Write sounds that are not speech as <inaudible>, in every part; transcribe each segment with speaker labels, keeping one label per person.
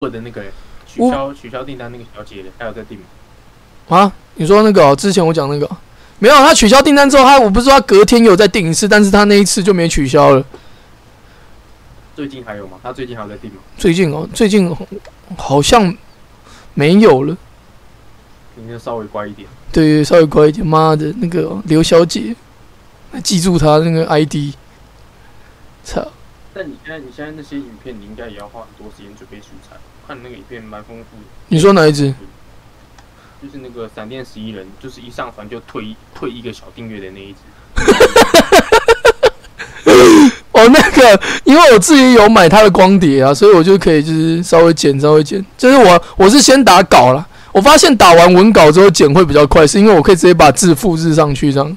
Speaker 1: 做的那个取
Speaker 2: 我
Speaker 1: 消取消订单那个小姐，还有在订吗？
Speaker 2: 啊，你说那个哦、之前我讲那个哦，没有，他取消订单之后，他我不是说他隔天有再订一次，但是他那一次就没取消了。
Speaker 1: 最近还有吗？她最近还有在订吗？
Speaker 2: 最近哦，最近好像没有了。
Speaker 1: 你就稍微乖一点。
Speaker 2: 对，稍微乖一点。妈的，那个哦刘小姐，记住她那个 ID。操，
Speaker 1: 但你现在你现在那些影片，你应该也要花很多时间准备素材。看那个影片蛮丰富的，
Speaker 2: 你说哪一只？
Speaker 1: 就是那个闪电十一人，就是一上传就退一退一个小订阅的那一只。
Speaker 2: 哦，那个，因为我自己有买他的光碟啊，所以我就可以就是稍微剪，稍微剪。就是我我是先打稿啦，我发现打完文稿之后剪会比较快，是因为我可以直接把字复制上去这样。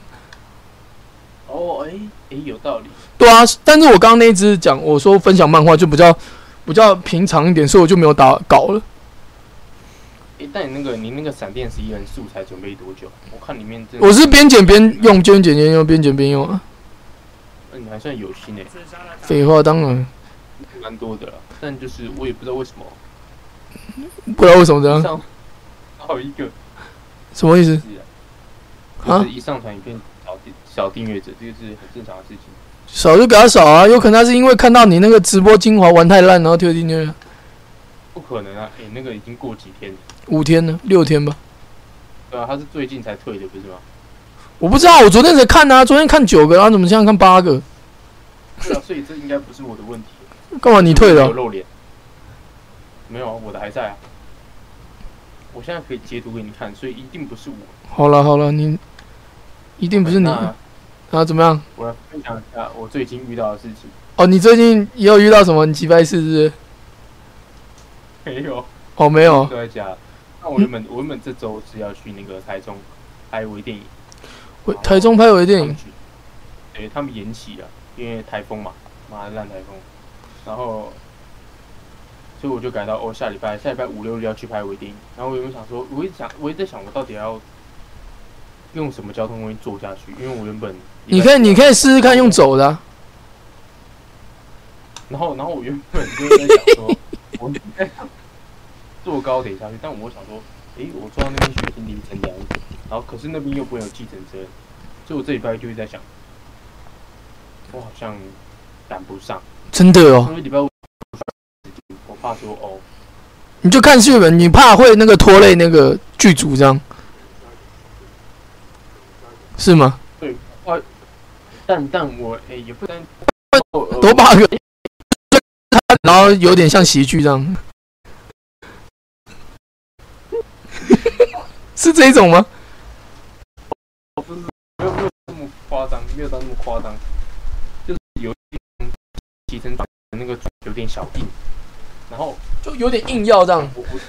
Speaker 1: 哦，哎、哎、有道理。
Speaker 2: 对啊，但是我刚刚那一只讲，我说分享漫画就比较比较平常一点，所以我就没有打稿了。
Speaker 1: 哎、但你那个你那个闪电十一人素材准备多久？啊我看里面真的，
Speaker 2: 我是边剪边用，边剪边用，边剪边用啊。
Speaker 1: 呃你还算有心哎、
Speaker 2: 废话，当然
Speaker 1: 蛮多的啦。但就是我也不知道为什么，
Speaker 2: 不知道为什么这样，
Speaker 1: 上还有一个
Speaker 2: 什么意思？
Speaker 1: 是啊，
Speaker 2: 啊
Speaker 1: 就是一上传影片小订小订阅者，这个是很正常的事情。
Speaker 2: 少就给他少啊，有可能他是因为看到你那个直播精华玩太烂，然后跳进去了。
Speaker 1: 不可能啊！哎、那个已经过几天了，
Speaker 2: 五天呢，六天吧。
Speaker 1: 对啊，他是最近才退的，不是
Speaker 2: <laughs>
Speaker 1: 吗？
Speaker 2: 我不知道，我昨天才看呢、啊，昨天看九个，然后怎么现在看八个？
Speaker 1: 对啊，所以这应该不是我的问题。
Speaker 2: 干嘛你退了
Speaker 1: 有？露脸？没有啊，我的还在啊。我现在可以截图给你看，所以一定不是我。
Speaker 2: 好了好了，你一定不是你
Speaker 1: 哎那
Speaker 2: 啊？怎么样？
Speaker 1: 我来分享一下我最近遇到的事情。 <laughs>
Speaker 2: 哦，你最近也有遇到什么很奇怪事是不是？
Speaker 1: 没有，
Speaker 2: 哦，没有
Speaker 1: 都。在家。那我原本我原本这周是要去那个台中拍微电影，
Speaker 2: 我台中拍我的电影
Speaker 1: 上，去对他们延期了，因为台风嘛，妈的烂台风。然后，所以我就改到哦，下礼拜下礼拜五六日要去拍微电影。然后我原本想说，我一直想，我一直在想，我到底要用什么交通工具坐下去？因为我原本
Speaker 2: 你可以你
Speaker 1: 以，
Speaker 2: 可以试试看用走的、啊。
Speaker 1: 然后然后我原本就在想说，我应该坐高铁下去，但我想说，诶，我坐到那边去已经凌晨两点，然后可是那边又不会有计程车，所以我这礼拜就会在想，我好像赶不上。
Speaker 2: 真的哦，
Speaker 1: 因为礼拜五我爸说哦，
Speaker 2: 你就看剧本，你怕会那个拖累那个剧组这样，是吗？
Speaker 1: 但但我哦诶、也不能
Speaker 2: 多 bug，然后有点像喜剧这样，是这一种吗？
Speaker 1: 我不是没有没有那么夸张，没有到那么夸张，就是有一点起承转合那个有点小硬，然后
Speaker 2: 就有点硬要这样。
Speaker 1: 我我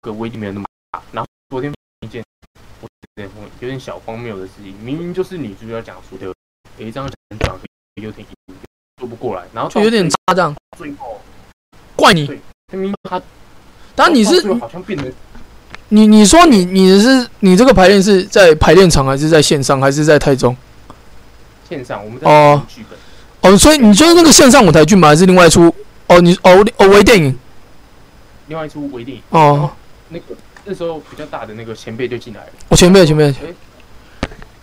Speaker 1: 个威力没有那么大，然后昨天一件我有点有点小荒谬的事情，明明就是女主角讲出的，诶、这样讲转有点硬，说不过来，然后
Speaker 2: 就有点差这样，
Speaker 1: 到最后，
Speaker 2: 怪你。
Speaker 1: 明明他
Speaker 2: 但你是
Speaker 1: 到最后好像变得
Speaker 2: 你你说你你是你这个排练是在排练场还是在线上还是在台中？
Speaker 1: 线上，我们在
Speaker 2: 哦
Speaker 1: 剧本。
Speaker 2: 哦，所以你就是那个线上舞台剧吗？还是另外一出？哦，你哦哦微电影
Speaker 1: 另外一出微电影，
Speaker 2: 哦，
Speaker 1: 那个那时候比较大的那个前辈就进来了。
Speaker 2: 我前面前面
Speaker 1: 哎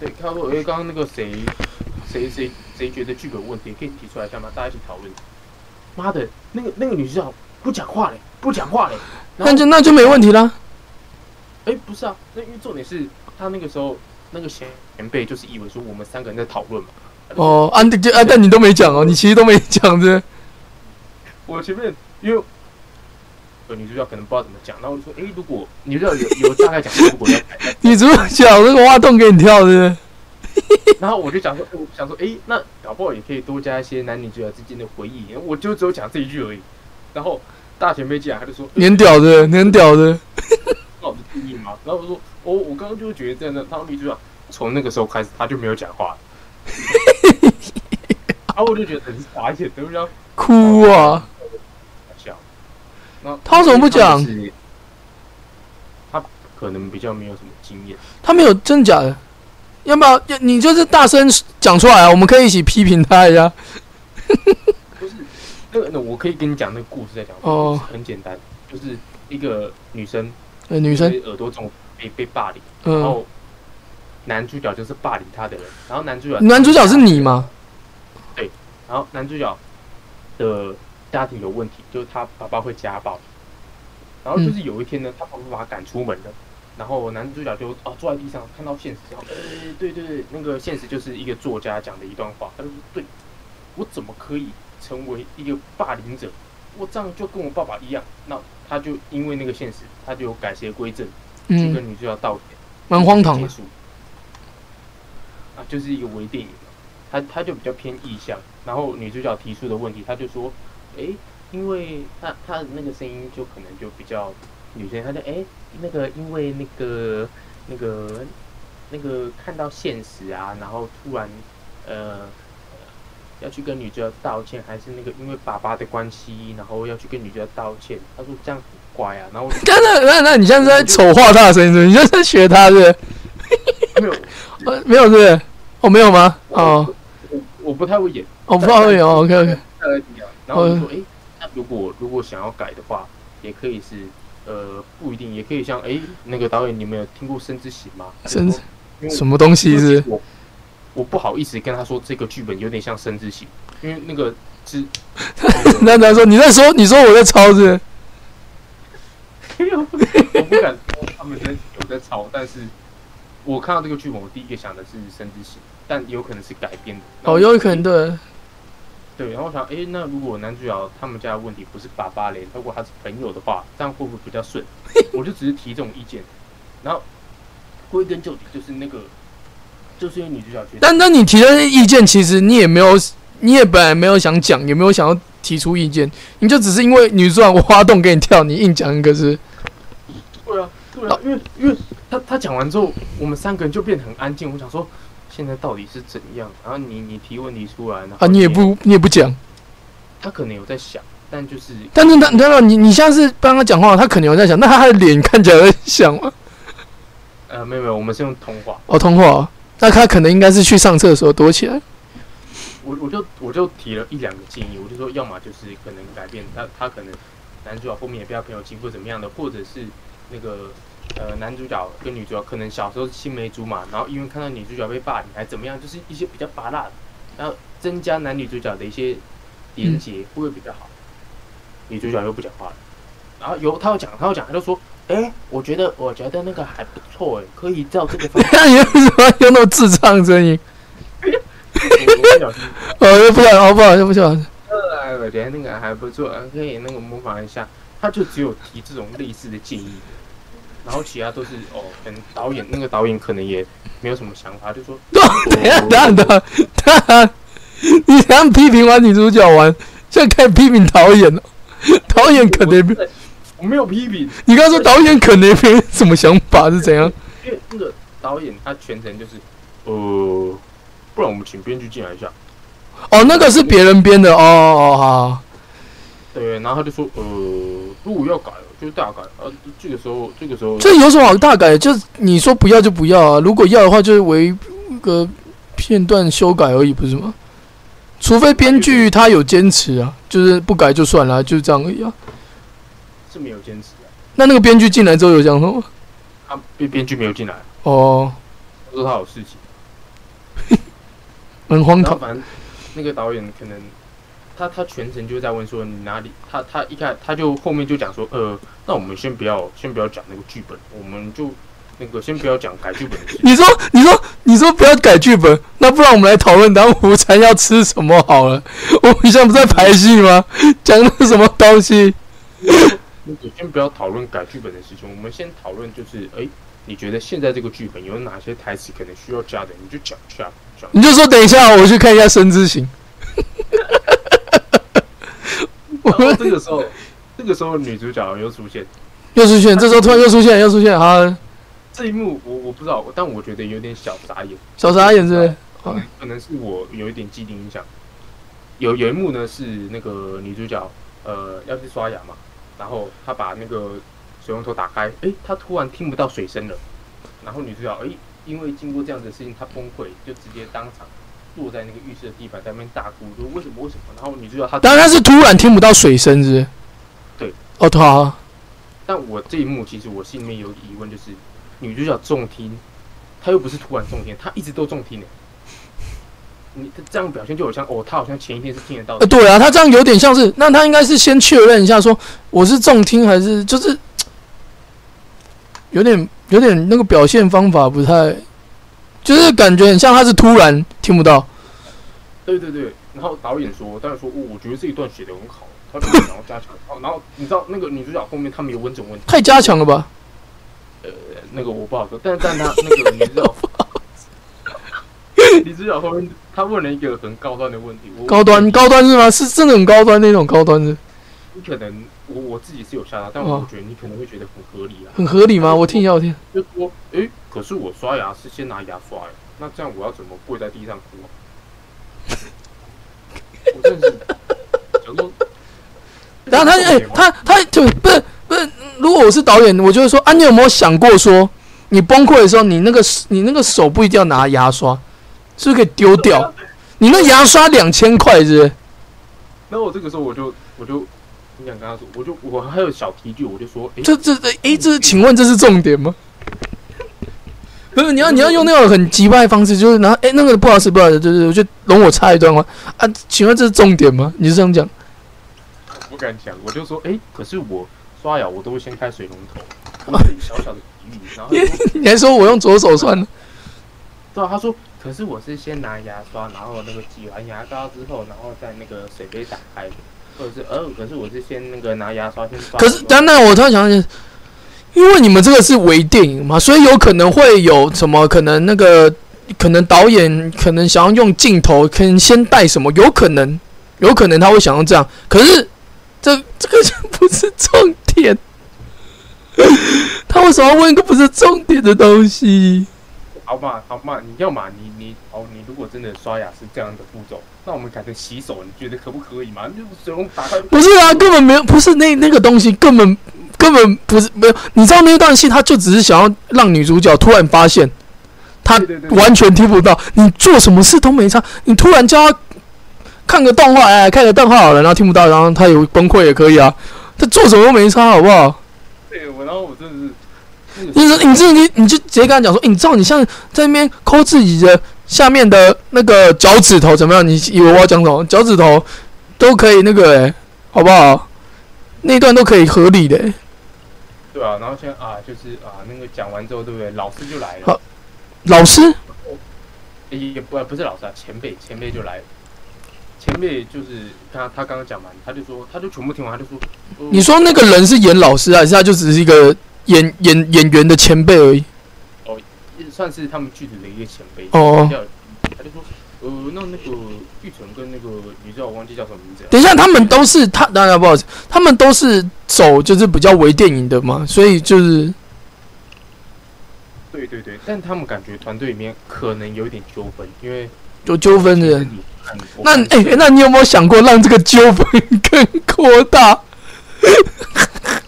Speaker 1: 对，他说：“哎，刚刚那个谁谁谁谁觉得剧本有问题，可以提出来一下吗？大家一起讨论。”妈的，那个那个女主角不讲话嘞，不讲话嘞。然
Speaker 2: 那
Speaker 1: 后
Speaker 2: 就那就没问题啦。
Speaker 1: 哎，不是啊，那因为重点是他那个时候那个前辈就是以为说我们三个人在讨论嘛。他就说，
Speaker 2: 哦，啊，对对啊，但你都没讲哦，你其实都没讲这。
Speaker 1: 我前面因为。呃女主角可能不知道怎么讲，然后我就说：“哎、如果女主角有有大概讲，如果要改，
Speaker 2: 你只是讲那个挖洞给你跳的。
Speaker 1: 然后我就想说，我想说，诶，那搞不好也可以多加一些男女主角之间的回忆。我就只有讲这一句而已。然后大前辈进来，他就说：“嗯
Speaker 2: 你很屌的，你很屌的。
Speaker 1: 那我的定义吗？”然后我说：“哦，我刚刚就觉得这样的。”然后女主角从那个时候开始，他就没有讲话了。然后我就觉得很傻眼，对不对？
Speaker 2: 哭啊！
Speaker 1: 笑。然后
Speaker 2: 他为什么不讲
Speaker 1: 他就是？他可能比较没有什么经验。
Speaker 2: 他没有真的假的，要不要？要你就是大声讲出来啊，我们可以一起批评他一下。
Speaker 1: 不是，那个那我可以跟你讲那个故事在讲什么
Speaker 2: 哦
Speaker 1: 很简单，就是一个女生，
Speaker 2: 呃，女生，
Speaker 1: 就是耳朵中被被霸凌，然
Speaker 2: 嗯，
Speaker 1: 后男主角就是霸凌她的人，然后男主角
Speaker 2: 男主角是你吗？
Speaker 1: 啊然后男主角的家庭有问题，就是他爸爸会家暴。然后就是有一天呢，
Speaker 2: 嗯
Speaker 1: 他爸爸把他赶出门了，然后男主角就啊坐在地上看到现实，然后呃对对对，那个现实就是一个作家讲的一段话，他就说对，我怎么可以成为一个霸凌者？我这样就跟我爸爸一样。那他就因为那个现实，他就改邪归正，去
Speaker 2: 嗯，
Speaker 1: 跟女主角道歉，
Speaker 2: 蛮荒唐
Speaker 1: 结
Speaker 2: 的。
Speaker 1: 束。啊，就是一个微电影嘛，他他就比较偏意向，然后女主角提出的问题，他就说，诶，因为他他的那个声音就可能就比较女生，他就诶，那个因为那个那个那个看到现实啊，然后突然呃要去跟女主角道歉，还是那个因为爸爸的关系，然后要去跟女主角道歉，他说这样很怪啊，然后我就
Speaker 2: 但那那那你现在是在丑化他的声音是不是，你现在在学他是不是？
Speaker 1: 没
Speaker 2: <laughs>
Speaker 1: 有
Speaker 2: 呃，没有是不是？哦，没有吗？哦，
Speaker 1: 我我我不太会演。
Speaker 2: 我不知道会
Speaker 1: <laughs>
Speaker 2: 哦有。OK OK，
Speaker 1: 大概怎么样？然后我就
Speaker 2: 嗯
Speaker 1: 说，哎、那如果如果想要改的话，也可以是，呃，不一定，也可以像，哎、那个导演，你们有听过《生之行》吗？他就
Speaker 2: 生
Speaker 1: 说因为
Speaker 2: 什么东西是？
Speaker 1: 我我不好意思跟他说这个剧本有点像《生之行》，因为那个之，
Speaker 2: <laughs> 那他说你在说，你说我在抄是不是？
Speaker 1: 我不敢说他们在有在抄，但是我看到这个剧本，我第一个想的是《生之行》，但有可能是改编的。
Speaker 2: 哦，有可能对。
Speaker 1: 对，然后我想，诶，那如果男主角他们家的问题不是爸爸嘞，如果他是朋友的话，这样会不会比较顺？ <laughs> 我就只是提这种意见，然后归根究底就是那个，就是因为女主角觉得，
Speaker 2: 但但你提的意见，其实你也没有，你也本来没有想讲，也没有想要提出意见，你就只是因为女主角挖洞给你跳，你硬讲一个是
Speaker 1: 对啊，对啊，因为因为他他讲完之后，我们三个人就变得很安静。我想说，现在到底是怎样？然后你你提问题出来，然后
Speaker 2: 啊，你也不你也不讲。
Speaker 1: 他可能有在想，但就是
Speaker 2: 但是他，你知道你你现在是帮他讲话，他可能有在想，那他的脸看起来有在想吗？
Speaker 1: 呃，没有没有，我们是用通话。
Speaker 2: 哦，通话哦，那他可能应该是去上厕所躲起来。。
Speaker 1: 我我就我就提了一两个建议，我就说，要么就是可能改变他，他可能男主角后面也被他朋友欺负怎么样的，或者是那个呃男主角跟女主角可能小时候是青梅竹马，然后因为看到女主角被霸凌还怎么样，就是一些比较拔辣的，然后增加男女主角的一些连结，会不会比较好？女主角又不讲话了，然后有他要讲，他要讲，他就说，哎、我觉得我觉得那个还不错，哎，可以照这个方向
Speaker 2: 那你为什么要用那种智障的声音？
Speaker 1: 我我不小心
Speaker 2: 哦，又不敢，哦，不好意思，不好意思。
Speaker 1: 呃，我觉得那个还不错，可以那个模仿一下。他就只有提这种类似的建议，然后其他都是哦，可能导演那个导演可能也没有什么想法，就
Speaker 2: <laughs>
Speaker 1: 说
Speaker 2: 等一啊下，等一下，等一下，等一下，你等一下批评完女主角完，现在开始批评导演了。 <laughs> 导演可能没，
Speaker 1: 我没有批评，
Speaker 2: 你刚刚说导演可能没什么想法是怎样？
Speaker 1: 因为那个导演他全程就是呃，不然我们请编剧进来一下，
Speaker 2: 哦，那个是别人编的，哦哦好，
Speaker 1: 对，然后他就说呃，如果要改就大改，呃，这个时候这个时候
Speaker 2: 这有什么好大改？就是你说不要就不要啊，如果要的话，就是为那个片段修改而已，不是吗？除非编剧他有坚持啊，就是不改就算了啊，就是这样而已啊。
Speaker 1: 是没有坚持的，
Speaker 2: 那那个编剧进来之后有讲什么？
Speaker 1: 他编编剧没有进来，
Speaker 2: 哦，
Speaker 1: 他说他有事情。
Speaker 2: 很荒
Speaker 1: 然后
Speaker 2: 唐。
Speaker 1: 反正那个导演可能他他全程就在问说你哪里，他他一开他就后面就讲说，呃，那我们先不要先不要讲那个剧本，我们就那个先不要讲改剧本的事情。
Speaker 2: 你说，你说，你说不要改剧本，那不然我们来讨论当午餐要吃什么好了。我们现在不在排戏吗？ <laughs> 讲的什么东西？
Speaker 1: 那个先不要讨论改剧本的事情，我们先讨论就是，哎、你觉得现在这个剧本有哪些台词可能需要加的，你就讲一下。讲
Speaker 2: 你就说等一下，我去看一下《生之行》。我
Speaker 1: 然后
Speaker 2: 们
Speaker 1: 这个时候，这个时候女主角又出现，
Speaker 2: 又出现，这时候突然又出现，又出现，好，
Speaker 1: 这一幕我我不知道，但我觉得有点小傻眼。
Speaker 2: 小傻眼是不是？
Speaker 1: 可能可能是我有一点既定印象。有有一幕呢是那个女主角呃要去刷牙嘛，然后她把那个水龙头打开，诶，她突然听不到水声了，然后女主角诶，因为经过这样子的事情她崩溃，就直接当场坐在那个浴室的地板在那边大哭，说为什么为什么？然后女主角她
Speaker 2: 当然是突然听不到水声，是不是？
Speaker 1: 对。
Speaker 2: 哦，对啊，
Speaker 1: 但我这一幕其实我心里面有一个疑问，就是女主角中听，她又不是突然中听，她一直都中听的。你这样表现就好像哦，她好像前一天是听得到
Speaker 2: 呃，
Speaker 1: 的，
Speaker 2: 对啊，他这样有点像是，那他应该是先确认一下，说我是重听还是就是有点有点那个表现方法不太，就是感觉很像他是突然听不到，
Speaker 1: 对对对。然后导演说，导演说，哦、我觉得这一段写的很好，他就然后加强，哦，然后你知道那个女主角后面她没有问这种问题，
Speaker 2: 太加强了吧？
Speaker 1: 呃那个我不好说，但但她那个女主角，女主角后面她问了一个很高端的问题，我
Speaker 2: 高端高端是吗？是真的很高端那种高端是，
Speaker 1: 你可能我我自己是有吓到，但
Speaker 2: 哦
Speaker 1: 我觉得你可能会觉得很合理啊。
Speaker 2: 很合理吗？我听一下，我听一下。
Speaker 1: 就说，诶，可是我刷牙是先拿牙刷、欸，那这样我要怎么跪在地上哭、啊？ <laughs> 我真的是想说，
Speaker 2: 然后他哎、他他就不是不是，如果我是导演，我就会说啊，你有没有想过说，你崩溃的时候，你那个你那个手不一定要拿牙刷，是不是可以丢掉？你那牙刷两千块是不是？
Speaker 1: 那我这个时候我就我就你想跟他说，我就我还有小题句，我就说，诶，
Speaker 2: 这这这，哎、这请问这是重点吗？ <laughs> 不是，你要你要用那种很击败的方式，就是然后哎、那个不好意思不好意思，就是我就容我插一段话啊，请问这是重点吗？你是这样讲？ <laughs>
Speaker 1: 我不敢讲，我就说，诶，可是我刷牙我都会先开水龙头，
Speaker 2: <laughs>
Speaker 1: 我自己小小的比喻，然后他说
Speaker 2: 啊你还说我用左手算了？
Speaker 1: 对啊，他说，可是我是先拿牙刷，然后那个挤完牙膏之后，然后在那个水杯打开，或者是，呃，可是我是先那个拿牙刷先刷。
Speaker 2: 可是，当然，我突然想起来，因为你们这个是微电影嘛，所以有可能会有什么可能那个可能导演可能想要用镜头，可能先带什么，有可能，有可能他会想要这样。可是这这个就不是重点， <laughs> 他为什么要问一个不是重点的东西？
Speaker 1: 好嘛，好嘛，你要嘛，你你哦，你如果真的刷牙是这样的步骤，那我们改成洗手，你觉得可不可以嘛？你就水龙头打开，
Speaker 2: 不是啊，根本没有，不是那那个东西，根本根本不是没有。你知道那段戏，他就只是想要让女主角突然发现，他
Speaker 1: 对对对
Speaker 2: 完全听不到，你做什么事都没差，你突然叫他看个动画，哎，看个动画好了，然后听不到，然后他有崩溃也可以啊，他做什么都没差，好不好？
Speaker 1: 对我，然后我真的是，
Speaker 2: 你说你这你你就直接跟他讲说，欸你知道你像在那边抠自己的下面的那个脚趾头怎么样？你以为我要讲什么？脚趾头都可以那个、欸，好不好？那一段都可以合理的、欸
Speaker 1: 对啊，然后现在啊，就是啊，那个讲完之后，对不对？老师就来了
Speaker 2: 好，老师，
Speaker 1: 也也不不是老师啊，前辈前辈就来了，前辈就是他他刚刚讲完，他就说他就全部听完，他就说，呃
Speaker 2: 你说那个人是演老师啊，还是他就只是一个演演演员的前辈而已？
Speaker 1: 算是他们剧组的一个前辈，
Speaker 2: 哦
Speaker 1: 叫他就说，呃，那那个玉成跟那个女主角我忘记叫什么名字了，
Speaker 2: 等一下，他们都是他，当然不好意思，他们都是走就是比较微电影的嘛，所以就是
Speaker 1: 对对对，但他们感觉团队里面可能有一点纠纷，因为
Speaker 2: 有纠纷的人。
Speaker 1: 你看我
Speaker 2: 那
Speaker 1: 看
Speaker 2: 哎、那你有没有想过让这个纠纷 <laughs> 更扩大？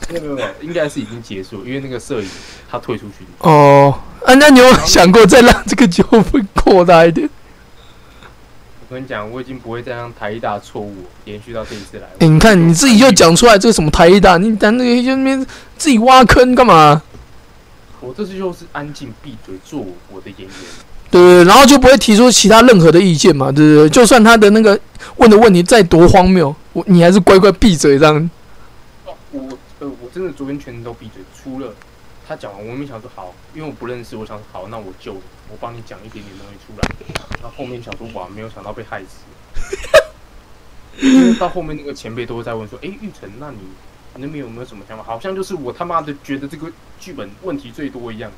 Speaker 1: 没有没有没有，应该是已经结束了，因为那个摄影他退出去，
Speaker 2: 哦，啊，那你有没有想过再让这个纠纷扩大一点？
Speaker 1: 我跟你讲，我已经不会再让台一大错误延续到这一次来了。
Speaker 2: 哎、你看你自己就，讲出来这个什么台大，你咱那个就那边自己挖坑干嘛？
Speaker 1: 我这次就是安静闭嘴，做我我的演员。
Speaker 2: 对对，对然后就不会提出其他任何的意见嘛，对不对？就算他的那个问的问题再多荒谬，我你还是乖乖闭嘴这样。
Speaker 1: 我呃，我真的昨天全程都闭嘴，除了他讲完，我没想说好，因为我不认识，我想说好，那我就我帮你讲一点点东西出来。那后面想说哇，没有想到被害死。因为到后面那个前辈都会在问说，诶，玉成，那你你那边有没有什么想法？好像就是我他妈的觉得这个剧本问题最多一样。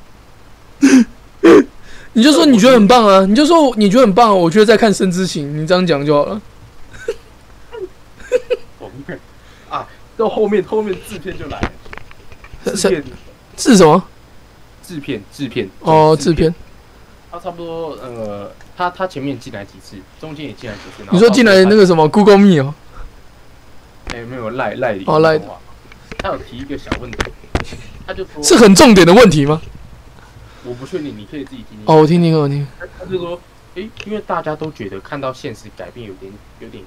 Speaker 2: 你就说你觉得很棒啊，你就说你觉得很棒、啊，我觉得在看《深之行》，你这样讲就好了。
Speaker 1: <laughs> 我们啊，到后面后面制片就来了，制片
Speaker 2: 是什么？
Speaker 1: 制片制片
Speaker 2: 哦，制片。。
Speaker 1: 他差不多呃，他他前面进来几次，中间也进来几次。然后
Speaker 2: 你说进来
Speaker 1: 到
Speaker 2: 那
Speaker 1: 后面
Speaker 2: 个什么 Google Meet 哦，
Speaker 1: 他哎、没有赖赖里
Speaker 2: 哦赖的
Speaker 1: 他有提一个小问题，他就说
Speaker 2: 是很重点的问题吗？
Speaker 1: 我不确定，你可以自己听听。
Speaker 2: 哦，我听听，我听听。
Speaker 1: 他，他就说哎、诶、因为大家都觉得看到现实改变有点有点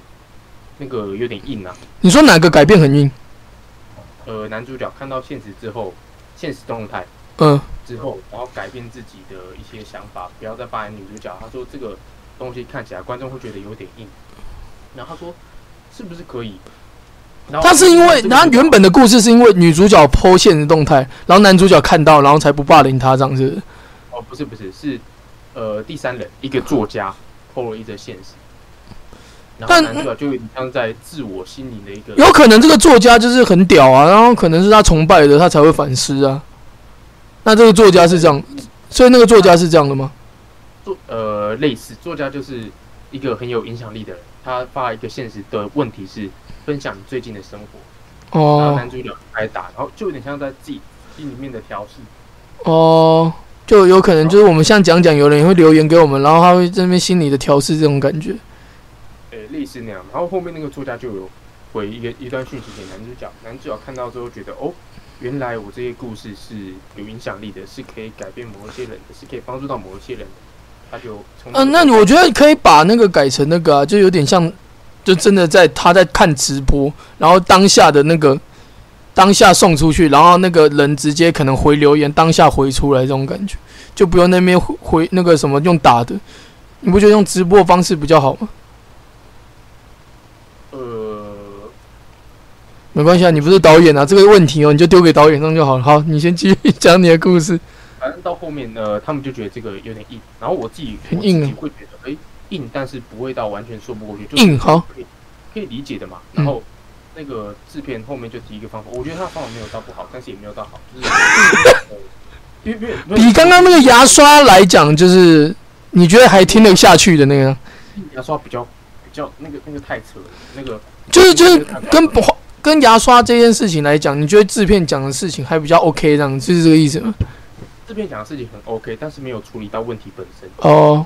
Speaker 1: 那个有点硬啊。
Speaker 2: 你说哪个改变很硬？
Speaker 1: 呃，男主角看到现实之后，现实动态
Speaker 2: 嗯、
Speaker 1: 之后，然后改变自己的一些想法，不要再扮演女主角。他说这个东西看起来观众会觉得有点硬，然后他说是不是可以？然后
Speaker 2: 他是因为
Speaker 1: 这个
Speaker 2: 他
Speaker 1: 女主角
Speaker 2: 原本的故事是因为女主角剖现实动态，然后男主角看到，然后才不霸凌他这样子。
Speaker 1: 哦，不是不是是呃第三人一个作家透露一则现实，然后
Speaker 2: 但
Speaker 1: 男主角就有点像在自我心灵的一个
Speaker 2: 有可能这个作家就是很屌啊，然后可能是他崇拜的，他才会反思啊。那这个作家是这样，所以那个作家是这样的吗？
Speaker 1: 作呃类似作家就是一个很有影响力的人，他发一个现实的问题是分享你最近的生活，然后
Speaker 2: 哦
Speaker 1: 男主角挨打，然后就有点像在自己心里面的调试。
Speaker 2: 哦，就有可能就是我们像讲讲，有人也会留言给我们，然后他会在那边心里的调试这种感觉。
Speaker 1: 呃，类似那样。然后后面那个作家就有回一个一段讯息给男主角，男主角看到之后觉得，哦，原来我这些故事是有影响力的，是可以改变某一些人的，是可以帮助到某一些人的。他就从
Speaker 2: 嗯、那我觉得可以把那个改成那个啊，就有点像，就真的在他在看直播，然后当下的那个当下送出去，然后那个人直接可能回留言，当下回出来这种感觉，就不用那边回回那个什么用打的，你不觉得用直播方式比较好吗？
Speaker 1: 呃，
Speaker 2: 没关系啊，你不是导演啊，这个问题哦，你就丢给导演上就好了。好，你先继续讲你的故事。
Speaker 1: 反正到后面呢，他们就觉得这个有点硬。然后我自己
Speaker 2: 很硬啊
Speaker 1: 我自己会觉得，哎、硬，但是不会到完全说不过去，就是
Speaker 2: 硬好，
Speaker 1: 可以理解的嘛。
Speaker 2: 嗯
Speaker 1: 然后那个制片后面就提一个方法，我觉得他的方法没有到不好，但是也没有到好，
Speaker 2: <laughs>
Speaker 1: 就是呃因为因为因为
Speaker 2: 比刚刚那个牙刷来讲，就是你觉得还听得下去的那个，
Speaker 1: 牙刷比较比较那个那个太扯了，那个
Speaker 2: 就是就是跟跟牙刷这件事情来讲，你觉得制片讲的事情还比较 OK，这样就是这个意思吗？
Speaker 1: 这边讲的事情很 OK，但是没有处理到问题本身。
Speaker 2: 哦，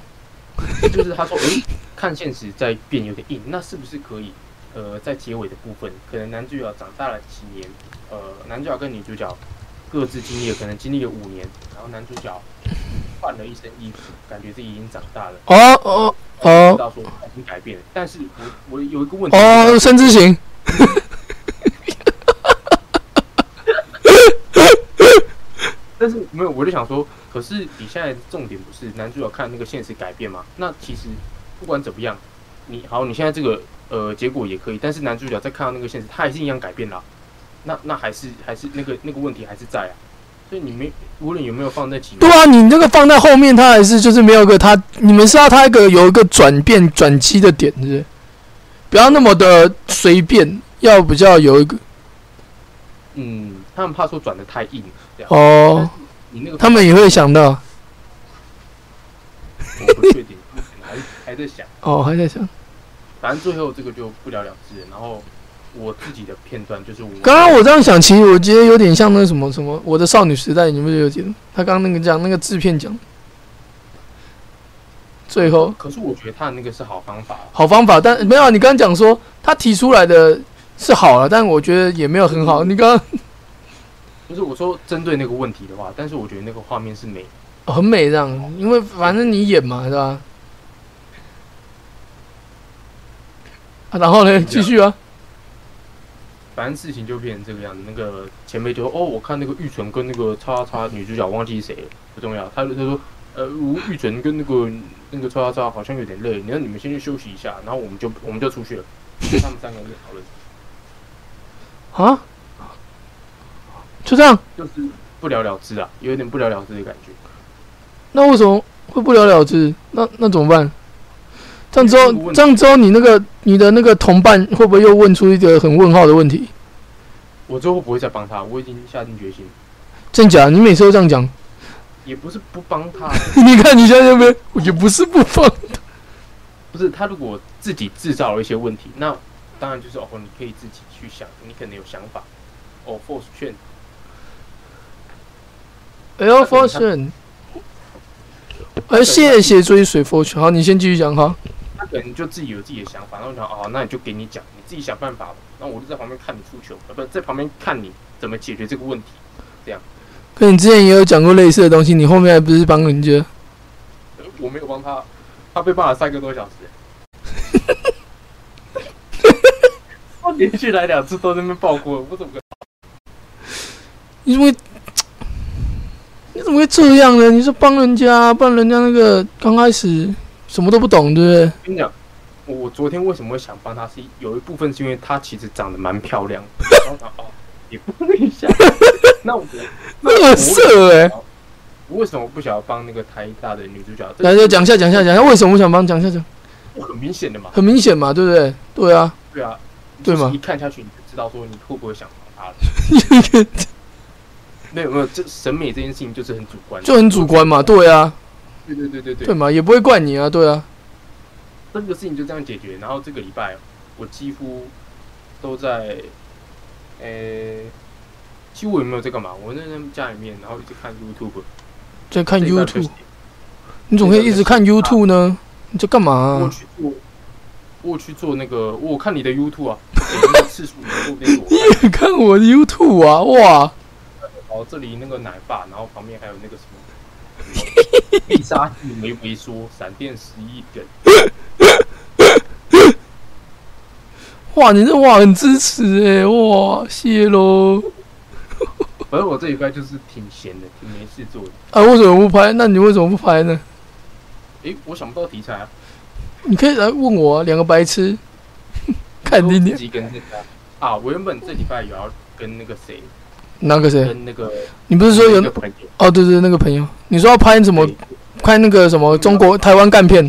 Speaker 1: 就是他说，诶、看现实在变有点硬，那是不是可以？呃，在结尾的部分，可能男主角长大了几年，呃，男主角跟女主角各自经历了，可能经历了五年，然后男主角换了一身衣服，感觉自己已经长大了，
Speaker 2: 哦哦
Speaker 1: 知
Speaker 2: 哦
Speaker 1: 道说他已经改变了。但是我我有一个问题，
Speaker 2: 哦，申之行，
Speaker 1: 但是没有，我就想说，可是你现在重点不是男主角看那个现实改变吗？那其实不管怎么样，你好，你现在这个呃结果也可以，但是男主角在看到那个现实，他还是一样改变啦。那那还是还是那个那个问题还是在啊。所以你没无论有没有放在几
Speaker 2: 对啊，你那个放在后面，他还是就是没有个他，你们是要他一个有一个转变转机的点，是不是？不要那么的随便，要比较有一个
Speaker 1: 嗯，他们怕说转的太硬，这样。
Speaker 2: 哦，
Speaker 1: 你那个
Speaker 2: 他们也会想到
Speaker 1: 我不确定，目前还还在想。
Speaker 2: 哦，还在想。
Speaker 1: 反正最后这个就不了了之了。然后我自己的片段就是我
Speaker 2: 刚刚我这样想，其实我觉得有点像那个什么什么《我的少女时代》，你们有觉得？他刚刚那个讲那个制片讲，最后
Speaker 1: 可是我觉得他的那个是好方法啊、
Speaker 2: 好方法，但没有啊、你刚刚讲说他提出来的是好了，但我觉得也没有很好。你刚刚
Speaker 1: 就是我说针对那个问题的话，但是我觉得那个画面是美，
Speaker 2: 很美这样，因为反正你演嘛，是吧？啊、然后呢，继续啊，
Speaker 1: 反正事情就变成这个样子。那个前辈就说：“哦，我看那个玉纯跟那个叉叉叉女主角忘记谁了，不重要。”他就他说：“呃，吴玉纯跟那个那个叉叉叉好像有点累，你让你们先去休息一下，然后我们就我们就出去了。”他们三个人就讨论，
Speaker 2: 啊，就这样，
Speaker 1: 就是不了了之啊，有点不了了之的感觉。
Speaker 2: 那为什么会不了了之？那那怎么办？这样之
Speaker 1: 这个
Speaker 2: 后，
Speaker 1: 问
Speaker 2: 这样之后，你那个你的那个同伴会不会又问出一个很问号的问题？
Speaker 1: 我之后不会再帮他，我已经下定决心，
Speaker 2: 真假？你每次都这样讲， <laughs>
Speaker 1: 也不是不帮他，
Speaker 2: 你看你现在有没有？我也不是不放，
Speaker 1: 不是他如果自己制造了一些问题，那当然就是哦，你可以自己去想，你可能有想法。哦，force 劝
Speaker 2: 哎呦，fortune，哎，谢谢追随 fortune。好，你先继续讲哈。
Speaker 1: 他可能就自己有自己的想法，然后想哦，那你就给你讲，你自己想办法吧。然后我就在旁边看你出球，呃，不在旁边看你怎么解决这个问题。
Speaker 2: 可你之前也有讲过类似的东西，你后面还不是帮人家？
Speaker 1: 呃我没有帮他，他被骂了三个多小时。我连续来两次都在那边爆哭，我怎么可
Speaker 2: 你怎么会？你怎么会这样呢？你是帮人家，帮人家那个刚开始什么都不懂，对不对？
Speaker 1: 跟你讲，我昨天为什么会想帮他，是有一部分是因为他其实长得蛮漂亮
Speaker 2: <laughs>
Speaker 1: 的，然后想哦，也帮一下，那我那我
Speaker 2: 恶色哎、
Speaker 1: 我为什么不想要帮那个台大的女主角？
Speaker 2: 来来讲一下，讲一下，讲一下，为什么我想帮？讲一下，讲，
Speaker 1: 这很明显的嘛，
Speaker 2: 很明显嘛，对不对？对啊，
Speaker 1: 对啊，
Speaker 2: 对吗
Speaker 1: 就是一看下去你就知道说你会不会想帮他了。
Speaker 2: <laughs>
Speaker 1: 没有没有，这审美这件事情就是很主观的，
Speaker 2: 就很主观嘛，对啊，
Speaker 1: 对对对对对
Speaker 2: 对，嘛，也不会怪你啊，对啊，
Speaker 1: 这个事情就这样解决。然后这个礼拜我几乎都在，呃、几乎也没有在干嘛。我在那家里面，然后一直看 YouTube，
Speaker 2: 在看
Speaker 1: 这一半
Speaker 2: YouTube，你总可以一直看 YouTube 呢？你在干嘛啊、
Speaker 1: 我去做，我去做那个，我看你的 YouTube 啊，点那个次数你都给我看。
Speaker 2: 看我的 YouTube 啊，哇，
Speaker 1: 然后这里那个奶爸，然后旁边还有那个什么什么必杀技维维说，闪电十一梗，
Speaker 2: 哇，你这哇很支持哎、哇，谢喽。
Speaker 1: 反正我这礼拜就是挺闲的，挺没事做的。
Speaker 2: 啊，为什么不拍？那你为什么不拍呢？
Speaker 1: 诶、我想不到题材啊，
Speaker 2: 你可以来问我、啊，两个白痴， <laughs> 看你
Speaker 1: 自
Speaker 2: 脸
Speaker 1: 己跟那个啊，我原本这礼拜也要跟那个谁，
Speaker 2: 哪个谁？
Speaker 1: 跟那个
Speaker 2: 你不是
Speaker 1: 就
Speaker 2: 说有
Speaker 1: 个朋友，
Speaker 2: 哦？对对，那个朋友，你说要拍什么？拍那个什么中国台湾干片？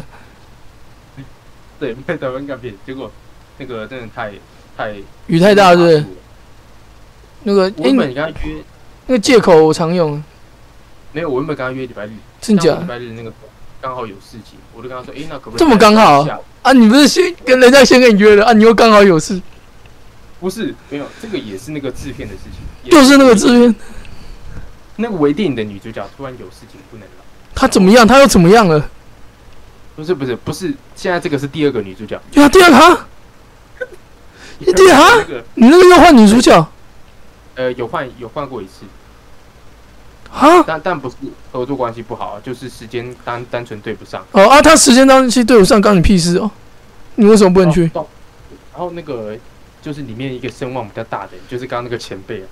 Speaker 1: 对， <laughs> 对在台湾干片，结果那个真的太太
Speaker 2: 雨太大是不
Speaker 1: 对。
Speaker 2: 是？那个
Speaker 1: 我
Speaker 2: 哎、
Speaker 1: 原本跟他约，
Speaker 2: 那个借口我常用，
Speaker 1: 没有，我原本跟他约礼拜日，
Speaker 2: 真假
Speaker 1: 但我礼拜日那个刚好有事情，我就跟他说，诶，那可不可以
Speaker 2: 这么刚好
Speaker 1: 下午？
Speaker 2: 啊？你不是先跟人家先跟你约了啊？你又刚好有事，
Speaker 1: 不是，没有，这个也是那个制片的事情，也
Speaker 2: 就是那个制片，
Speaker 1: 那个微电影的女主角突然有事情不能来，
Speaker 2: 他怎么样？他又怎么样了？
Speaker 1: 不是不是不是，现在这个是第二个女主角，
Speaker 2: 呀，对啊，他一定啊
Speaker 1: 那个
Speaker 2: 你那个要换女主角
Speaker 1: 呃有换有换过一次，
Speaker 2: 啊？
Speaker 1: 但但不是合作关系不好啊，就是时间单单纯对不上。
Speaker 2: 哦啊，他时间当期对我上，关你屁事哦。你为什么不能 <laughs> 去？
Speaker 1: 哦到然后那个就是里面一个声望比较大的，就是刚刚那个前辈啊，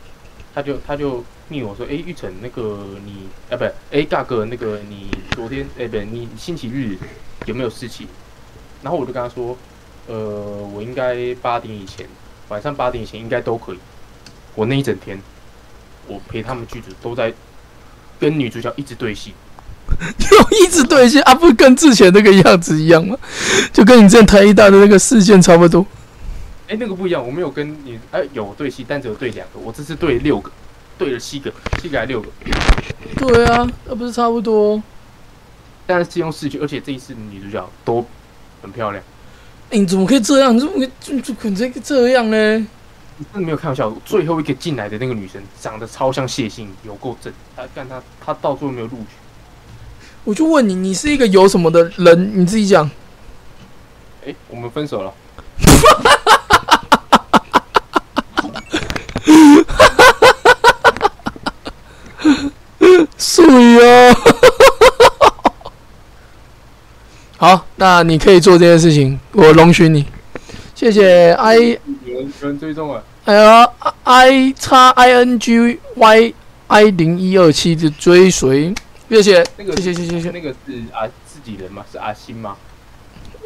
Speaker 1: 他就他就密我说，哎、玉成，那个你啊，不是，哎、大哥，那个你昨天，哎、不是，你星期日有没有事情？然后我就跟他说，呃，我应该八点以前，晚上八点以前应该都可以。我那一整天，我陪他们剧组都在跟女主角一直对戏，
Speaker 2: 就一直对线啊，不是跟之前那个样子一样吗？就跟你之前台一大的那个事件差不多。
Speaker 1: 哎、那个不一样，我没有跟你，哎、有对戏，但只有对两个，我这次对六个，对了七个，七个还六个，
Speaker 2: 对啊，那、不是差不多？
Speaker 1: 但是用视觉，而且这一次女主角都很漂亮，
Speaker 2: 哎、你怎么可以这样？你怎么可以就就可能这样呢？
Speaker 1: 真的没有开玩笑。最后一个进来的那个女生长得超像谢欣，有够正，她干她她到最后没有录取，
Speaker 2: 我就问你，你是一个有什么的人？你自己讲。
Speaker 1: 哎、我们分手了，
Speaker 2: 是哦。 <laughs> 好，那你可以做这件事情，我容许你。谢谢 I
Speaker 1: 有人有人追踪了，
Speaker 2: L I X I N G Y I 零一二七的追随，谢谢，
Speaker 1: 那个
Speaker 2: 谢谢，谢谢，谢谢。
Speaker 1: 那个是阿自己人吗？是阿星吗？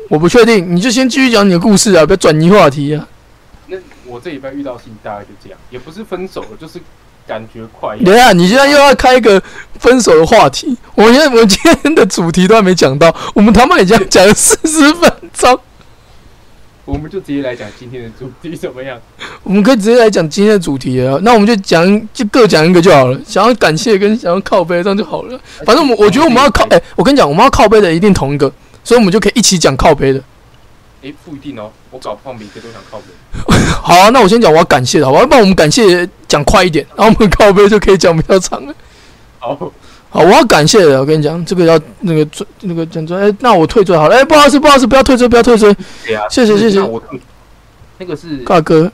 Speaker 2: 我不确定，你就先继续讲你的故事啊，不要转移话题啊。
Speaker 1: 那我这礼拜遇到的事情大概就这样，也不是分手了，就是感觉快要
Speaker 2: 等一下，你现在又要开一个分手的话题，我现在我们今天的主题都还没讲到，我们他妈已经讲了四十分钟，
Speaker 1: 我们就直接来讲今天的主题怎么样？
Speaker 2: 我们可以直接来讲今天的主题了。那我们就讲就各讲一个就好了，想要感谢跟想要靠背这样就好了。反正我们我觉得我们要哎靠，哎、我跟你讲，我们要靠背的一定同一个，所以我们就可以一起讲靠背的。
Speaker 1: 哎，不一定哦，我搞不好每个都想靠北。
Speaker 2: 好、啊，那我先讲我要感谢的，好吧？要不然我们感谢讲快一点，然后我们靠背就可以讲比较长了。
Speaker 1: 好，
Speaker 2: 好，我要感谢的，我跟你讲，这个要那个追那个讲说，哎、那我退追好了，哎、不好意思，不好意思，不要退追，不要退追，
Speaker 1: 对啊，
Speaker 2: 谢谢谢谢
Speaker 1: 那我那个是
Speaker 2: 大哥，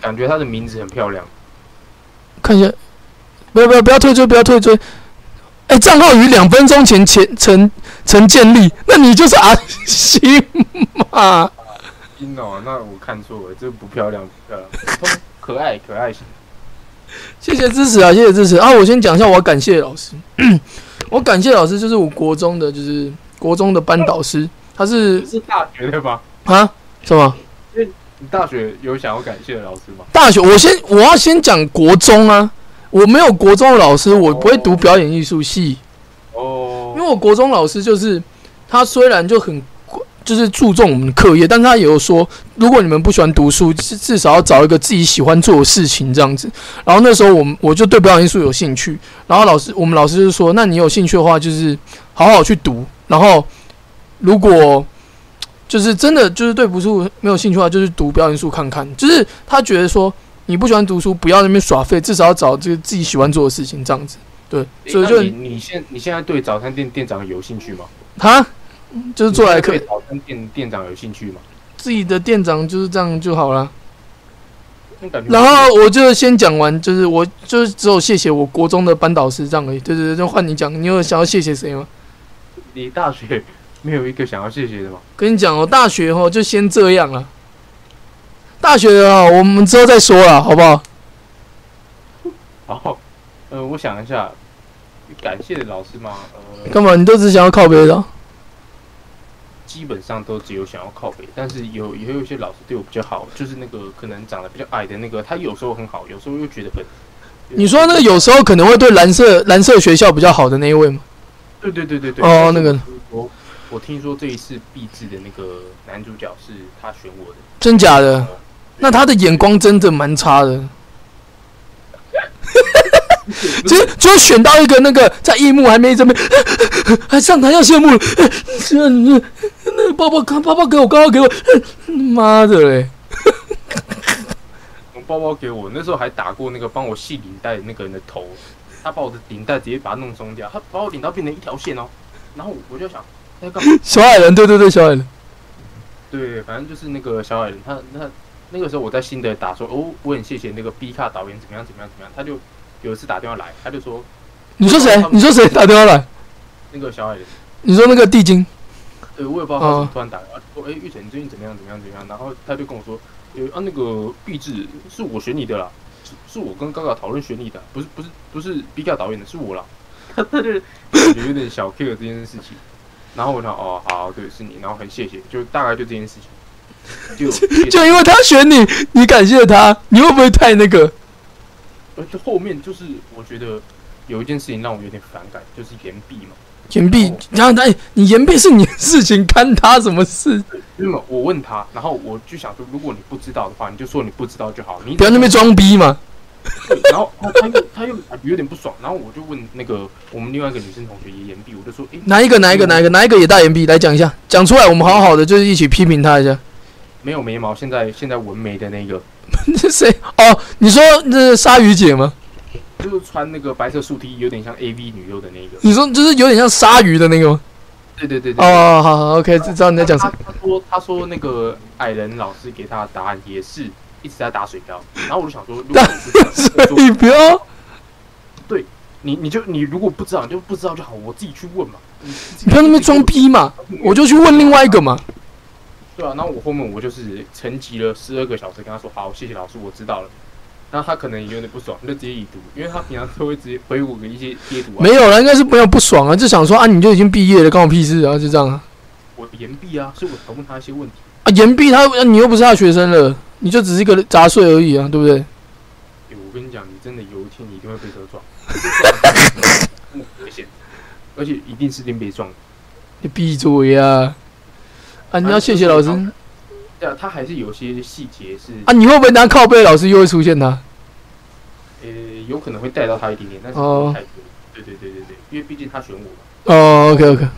Speaker 1: 感觉她的名字很漂亮，
Speaker 2: 看一下，不要不要不要退追，不要退追，哎、账号于两分钟前前曾曾建立，那你就是 <laughs> 阿星嘛？
Speaker 1: 阴哦，那我看错了，这不漂亮，啊不漂亮， <laughs> 通可爱可爱型。
Speaker 2: 谢谢支持啊，谢谢支持啊！我先讲一下，我要感谢老师， <clears throat> 我感谢老师就是我国中的，就是国中的班导师，他是
Speaker 1: 你是大学的吗？
Speaker 2: 啊什么？
Speaker 1: 你大学有想要感谢的老师吗？
Speaker 2: 大学，我先我要先讲国中啊，我没有国中的老师，我不会读表演艺术系，
Speaker 1: 哦
Speaker 2: 因为，我国中老师就是他虽然就很就是注重我们的课业，但他也有说，如果你们不喜欢读书，至至少要找一个自己喜欢做的事情这样子。然后那时候我们我就对表演艺术有兴趣，然后老师我们老师就说，那你有兴趣的话，就是好好去读，然后如果就是真的就是对不术没有兴趣的话，就是读表演艺术看看。就是他觉得说你不喜欢读书，不要在那边耍废，至少要找这个自己喜欢做的事情这样子。对，
Speaker 1: 诶
Speaker 2: 所以
Speaker 1: 那
Speaker 2: 就
Speaker 1: 你你现你现在对早餐店店长有兴趣吗？
Speaker 2: 他就是做来
Speaker 1: 你现
Speaker 2: 可
Speaker 1: 在
Speaker 2: 以
Speaker 1: 对早餐店店长有兴趣吗？
Speaker 2: 自己的店长就是这样就好了。
Speaker 1: 那感觉
Speaker 2: 然后我就先讲完，就是我就是只有谢谢我国中的班导师这样而已。对对对，就换你讲，你有想要谢谢谁吗？
Speaker 1: 你大学 <laughs> 没有一个想要谢谢的吗？
Speaker 2: 跟你讲哦，大学哦就先这样了。大学啊，我们之后再说了，好不好？
Speaker 1: 然后，呃，我想一下，感谢的老师吗？呃，
Speaker 2: 干嘛？你都只想要靠别的哦？
Speaker 1: 基本上都只有想要靠北，但是有也有一些老师对我比较好，就是那个可能长得比较矮的那个，他有时候很好，有时候又觉得很。
Speaker 2: 你说那个有时候可能会对蓝色蓝色学校比较好的那一位吗？
Speaker 1: 对对对对对。
Speaker 2: 哦那个
Speaker 1: 我我听说这一次毕制的那个男主角是他选我的，
Speaker 2: 真假的？那他的眼光真的蛮差的。 <laughs> 其实就选到一个那个在夜幕还没这边， <laughs> 还上台要谢幕了，那包包包包给我，包包给我，妈的嘞！
Speaker 1: 从包包给我，那时候还打过那个帮我系领带的那个人的头，他把我的领带直接把它弄松掉，他把我领带变成一条线哦，然后我就想他在干嘛？
Speaker 2: 小矮人，对对对，小矮人，
Speaker 1: 对，反正就是那个小矮人，他他那个时候我在新的打说，哦，我很谢谢那个 B 卡导演怎么样怎么样怎么样，他就有一次打电话来，他就说
Speaker 2: 你说谁？你说谁打电话来？
Speaker 1: 那个小矮人，
Speaker 2: 你说那个地精？
Speaker 1: 对我也不知道他怎么突然打来，他说，哎、玉成你最近怎么样怎么样怎么样，然后他就跟我说，呃啊那个壁纸是我选你的啦，是是我跟高高讨论选你的，啊不是不是不是 B 卡导演的，是我啦，他他就感觉有点小 care 这件事情，然后我想哦好对是你，然后很谢谢，就大概就这件事情，就
Speaker 2: 就因为他选你，你感谢他，你会不会太那个？
Speaker 1: 而且后面就是我觉得有一件事情让我有点反感，就是岩壁嘛。
Speaker 2: 岩壁，然后哎，你岩壁是你的事情，干他什么事？
Speaker 1: 因为我问他，然后我就想说，如果你不知道的话，你就说你不知道就好，你
Speaker 2: 不要那边装逼嘛！
Speaker 1: 对然后他他又他又有点不爽，然后我就问那个我们另外一个女生同学也岩壁，我就说，诶，
Speaker 2: 哪一个？哪一个？哪一个？哪一个也大岩壁？来讲一下，讲出来，我们好好的就是一起批评他一下。 <laughs>
Speaker 1: 没有眉毛，现在现在纹眉的那个，
Speaker 2: 这谁？哦，你说那鲨鱼姐吗？
Speaker 1: 就是穿那个白色素 T，有点像 A V 女优的那个。
Speaker 2: 你说就是有点像鲨鱼的那个吗？
Speaker 1: 对对对对。
Speaker 2: 哦，好好，OK，知道你在讲什
Speaker 1: 他
Speaker 2: 么。
Speaker 1: 他说他说那个矮人老师给他的答案也是一直在打水漂，然后我就想说，如果你
Speaker 2: <laughs>
Speaker 1: 不知道
Speaker 2: <laughs> 所以不要，
Speaker 1: 你你就你如果不知道，你就不知道就好，我自己去问嘛。你
Speaker 2: 你不要那边装，逼嘛，
Speaker 1: 自己去问
Speaker 2: 我就去问另外一个嘛。
Speaker 1: 对啊。然后我后面我就是沉寂了十二个小时，跟他说好，谢谢老师，我知道了。然后他可能也有点不爽，就直接已读，因为他平常都会直接回我个一些贴图啊，
Speaker 2: 没有了，应该是朋友不爽啊，就想说啊，你就已经毕业了，关我屁事啊，就这样啊。
Speaker 1: 我言必啊，所以我才问他一些问题。
Speaker 2: 啊，岩壁他，你又不是他学生了，你就只是一个杂碎而已啊，对不对？
Speaker 1: 欸我跟你讲，你真的有一天你一定会被车撞，真的很危险，而且一定是林北撞的。
Speaker 2: 你闭嘴啊！啊，你要谢谢老师啊，
Speaker 1: 对啊，他还是有些细节是，
Speaker 2: 你会不会拿靠背？老师又会出现他？
Speaker 1: 呃，有可能会带到他一点点，但是不会太多。对对对对对，因为毕竟他选我嘛。
Speaker 2: 哦，OK OK，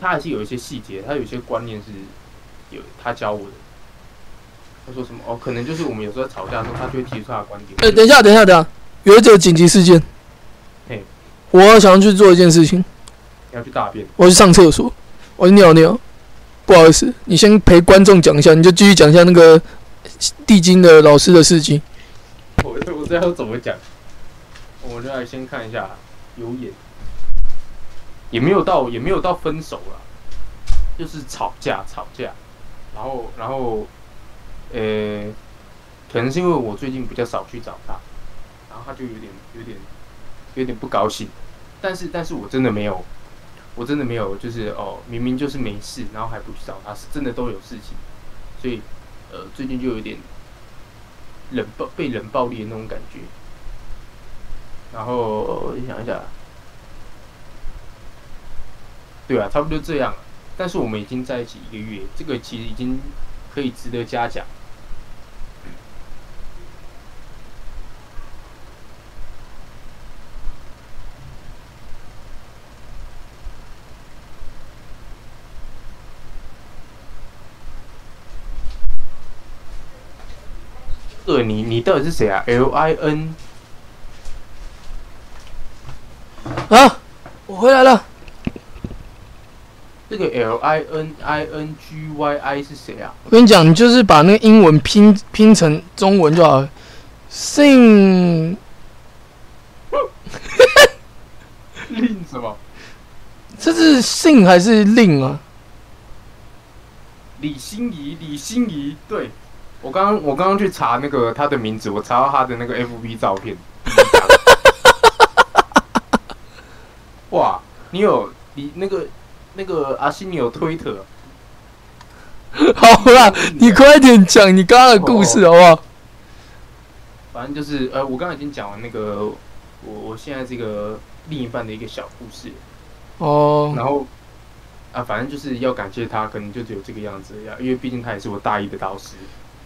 Speaker 1: 他还是有一些细节，他有一些观念是有他教我的。他说什么？哦，可能就是我们有时候在吵架的时候，他就会提出他的观点。
Speaker 2: 哎、等一下，等一下，等一下，有一则紧急事件。
Speaker 1: 嘿
Speaker 2: 我想要去做一件事情，
Speaker 1: 你要去大便，
Speaker 2: 我要去上厕所，我要尿尿。不好意思，你先陪观众讲一下，你就继续讲一下那个地精的老师的事情。
Speaker 1: 我我这要怎么讲？我就来先看一下有眼，也没有到也没有到分手了，就是吵架吵架，然后然后，呃，可能是因为我最近比较少去找他，然后他就有点有点有点不高兴，但是但是我真的没有，我真的没有，就是哦，明明就是没事，然后还不去找他，是真的都有事情，所以呃，最近就有点冷暴被冷暴力的那种感觉，然后我想一下。对啊，差不多这样。但是我们已经在一起一个月，这个其实已经可以值得嘉奖。对你，你到底是谁啊？L I N
Speaker 2: 啊，我回来了。
Speaker 1: 这个 L I N I N G Y I 是谁 <laughs> 啊？
Speaker 2: 我跟你讲，你就是把那个英文拼拼成中文就好了。姓
Speaker 1: 令什么？
Speaker 2: 这是姓还是令啊？ <laughs>
Speaker 1: 李心怡，李心怡，对我刚刚我刚刚去查那个她的名字，我查到她的
Speaker 2: <laughs>
Speaker 1: 那个 FB 照片。哇，你有你那个那个阿西，你有推特？
Speaker 2: 好啦，啊你快点讲你刚刚的故事好不好？
Speaker 1: 反正就是呃，我刚刚已经讲完那个我我现在这个另一半的一个小故事，
Speaker 2: 哦，
Speaker 1: 然后啊，反正就是要感谢他，可能就只有这个样子呀，因为毕竟他也是我大一的导师，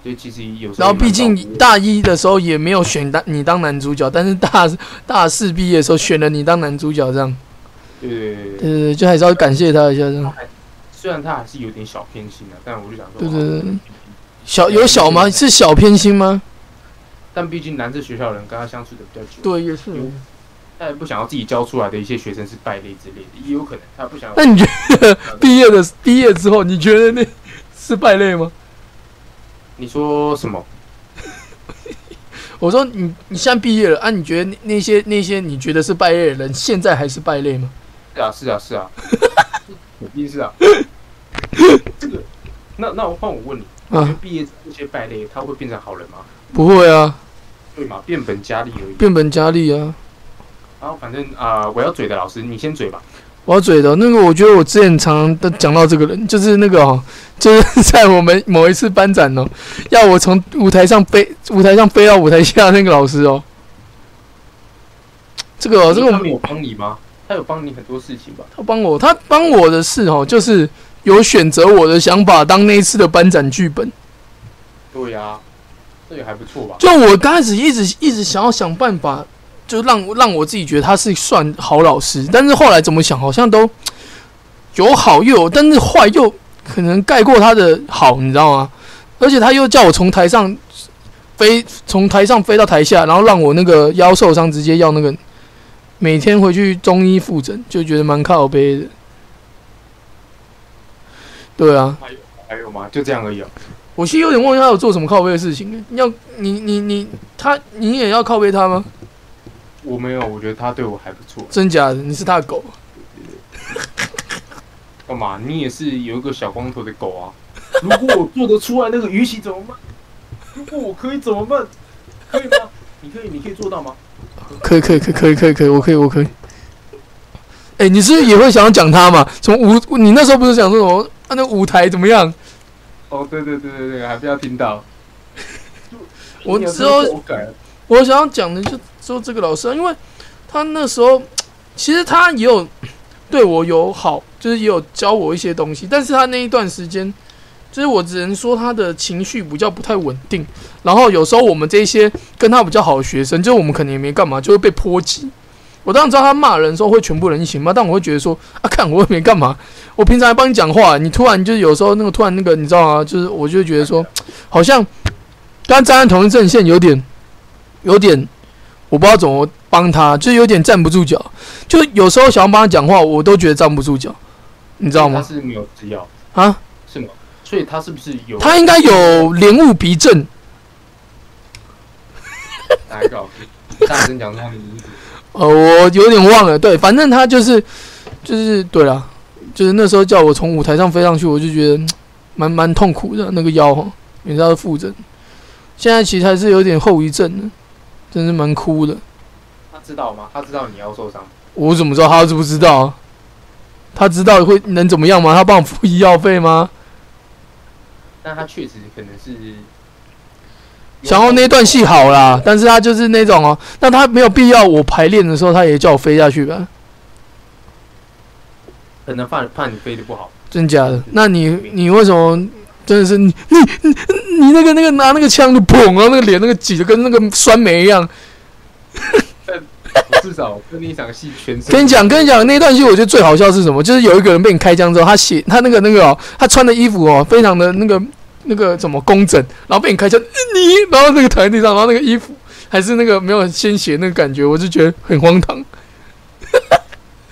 Speaker 1: 所以其实有时
Speaker 2: 然
Speaker 1: 候
Speaker 2: 后
Speaker 1: 也蛮
Speaker 2: 毕
Speaker 1: 照顾
Speaker 2: 竟
Speaker 1: 我
Speaker 2: 大一的时候也没有选当你当男主角，但是大大四毕业的时候选了你当男主角，这样，
Speaker 1: 对对对对
Speaker 2: 对对对，就还是要感谢他一下，这样。
Speaker 1: 虽然他还是有点小偏心的、啊但我就想说，
Speaker 2: 对对对对
Speaker 1: 哦
Speaker 2: 小有小吗？是小偏心吗？
Speaker 1: 但毕竟南这学校的人跟他相处的比较久，
Speaker 2: 对，也是
Speaker 1: 有他也不想要自己教出来的一些学生是败类之类的，也有可能他不想
Speaker 2: 那
Speaker 1: 要
Speaker 2: 你觉得毕业的 <laughs> 毕业之后，你觉得那是败类吗？
Speaker 1: 你说什么？
Speaker 2: 我说你你现在毕业了啊？你觉得那那些那些你觉得是败类的人，现在还是败类吗？
Speaker 1: 是啊，是啊，是
Speaker 2: <laughs>
Speaker 1: 啊，肯定是啊。这个，那那我换我问你，你觉得
Speaker 2: 啊，
Speaker 1: 毕业这些败类他会变成好人吗？
Speaker 2: 不会啊，
Speaker 1: 对吗？变本加厉而已。
Speaker 2: 变本加厉啊！
Speaker 1: 然后反正啊、我要嘴的老师，你先嘴吧。
Speaker 2: 我要嘴的那个，我觉得我之前常常都讲到这个人，就是那个哦， <laughs> 就是在我们某一次班展哦，要我从舞台上飞，舞台上飞到舞台下那个老师哦，这个、哦、这个我
Speaker 1: 他
Speaker 2: 们
Speaker 1: 没有帮你吗？他有帮你很多事情吧？
Speaker 2: 他帮我，他帮我的事哦，就是有选择我的想法当那一次的班展剧本。
Speaker 1: 对呀、啊，这也还不错吧？
Speaker 2: 就我刚开始一直一直想要想办法，就让让我自己觉得他是算好老师，但是后来怎么想，好像都有好又有，但是坏又可能盖过他的好，你知道吗？而且他又叫我从台上飞，从台上飞到台下，然后让我那个腰受伤，直接要那个每天回去中医复诊，就觉得蛮靠背的。对啊，
Speaker 1: 还有吗？就这样而已、啊。
Speaker 2: 我其实有点忘记他有做什么靠背的事情。要你你你他你也要靠背他吗？
Speaker 1: 我没有，我觉得他对我还不错。
Speaker 2: 真假的？你是他的狗？
Speaker 1: 干嘛？你也是有一个小光头的狗啊！如果我做得出来那个鱼鳍怎么办？如果我可以怎么办？可以吗？你可以，你可以做到吗？
Speaker 2: 可以可以可以可以可以可以，我可以我可以。哎、你是不是也会想要讲他嘛？从舞，你那时候不是讲说什么啊？那舞台怎么样？
Speaker 1: 哦，对对对对对，还不要听到。就
Speaker 2: 我
Speaker 1: 你要
Speaker 2: 之后
Speaker 1: 这么狗改
Speaker 2: 我想要讲的就就这个老师啊，因为他那时候其实他也有对我有好，就是也有教我一些东西，但是他那一段时间，就是我只能说他的情绪比较不太稳定，然后有时候我们这些跟他比较好的学生，就是我们可能也没干嘛，就会被波及。我当然知道他骂人的时候会全部人一起骂，但我会觉得说啊，看我也没干嘛，我平常还帮你讲话，你突然就是有时候那个突然那个，你知道吗？就是我就觉得说，好像跟他站在同一阵线有点有点，我不知道怎么帮他，就是有点站不住脚。就有时候想要帮他讲话，我都觉得站不住脚，你知道吗
Speaker 1: 他？是没有吃药
Speaker 2: 啊，
Speaker 1: 是吗？所以他是不是有
Speaker 2: 他应该有莲雾鼻症，
Speaker 1: 哪一个老师？大声讲出他的名字。
Speaker 2: 呃，我有点忘了。对，反正他就是就是对啦，就是那时候叫我从舞台上飞上去，我就觉得嗯蛮蛮痛苦的那个腰哈，也是要复诊。现在其实还是有点后遗症的，真是蛮哭的。
Speaker 1: 他知道吗？他知道你要受伤，
Speaker 2: 我怎么知道他知不知道啊？他知道会能怎么样吗？他帮我付医药费吗？
Speaker 1: 但他确实可能是
Speaker 2: 想要那段戏好啦，但是他就是那种哦、那他没有必要。我排练的时候，他也叫我飞下去吧？
Speaker 1: 可能怕怕你飞得不好，
Speaker 2: 真假的？那你你为什么真的是你你你你那个那个拿那个枪就砰，然后那个脸那个挤的跟那个酸梅一样。
Speaker 1: 我至少跟那一场戏全身
Speaker 2: 跟你讲，跟你讲，那段戏我觉得最好笑是什么？就是有一个人被你开枪之后，他写他那个那个哦，他穿的衣服哦，非常的那个那个怎么工整，然后被你开枪，呃你，然后那个躺在地上，然后那个衣服还是那个没有鲜血那个感觉，我就觉得很荒唐。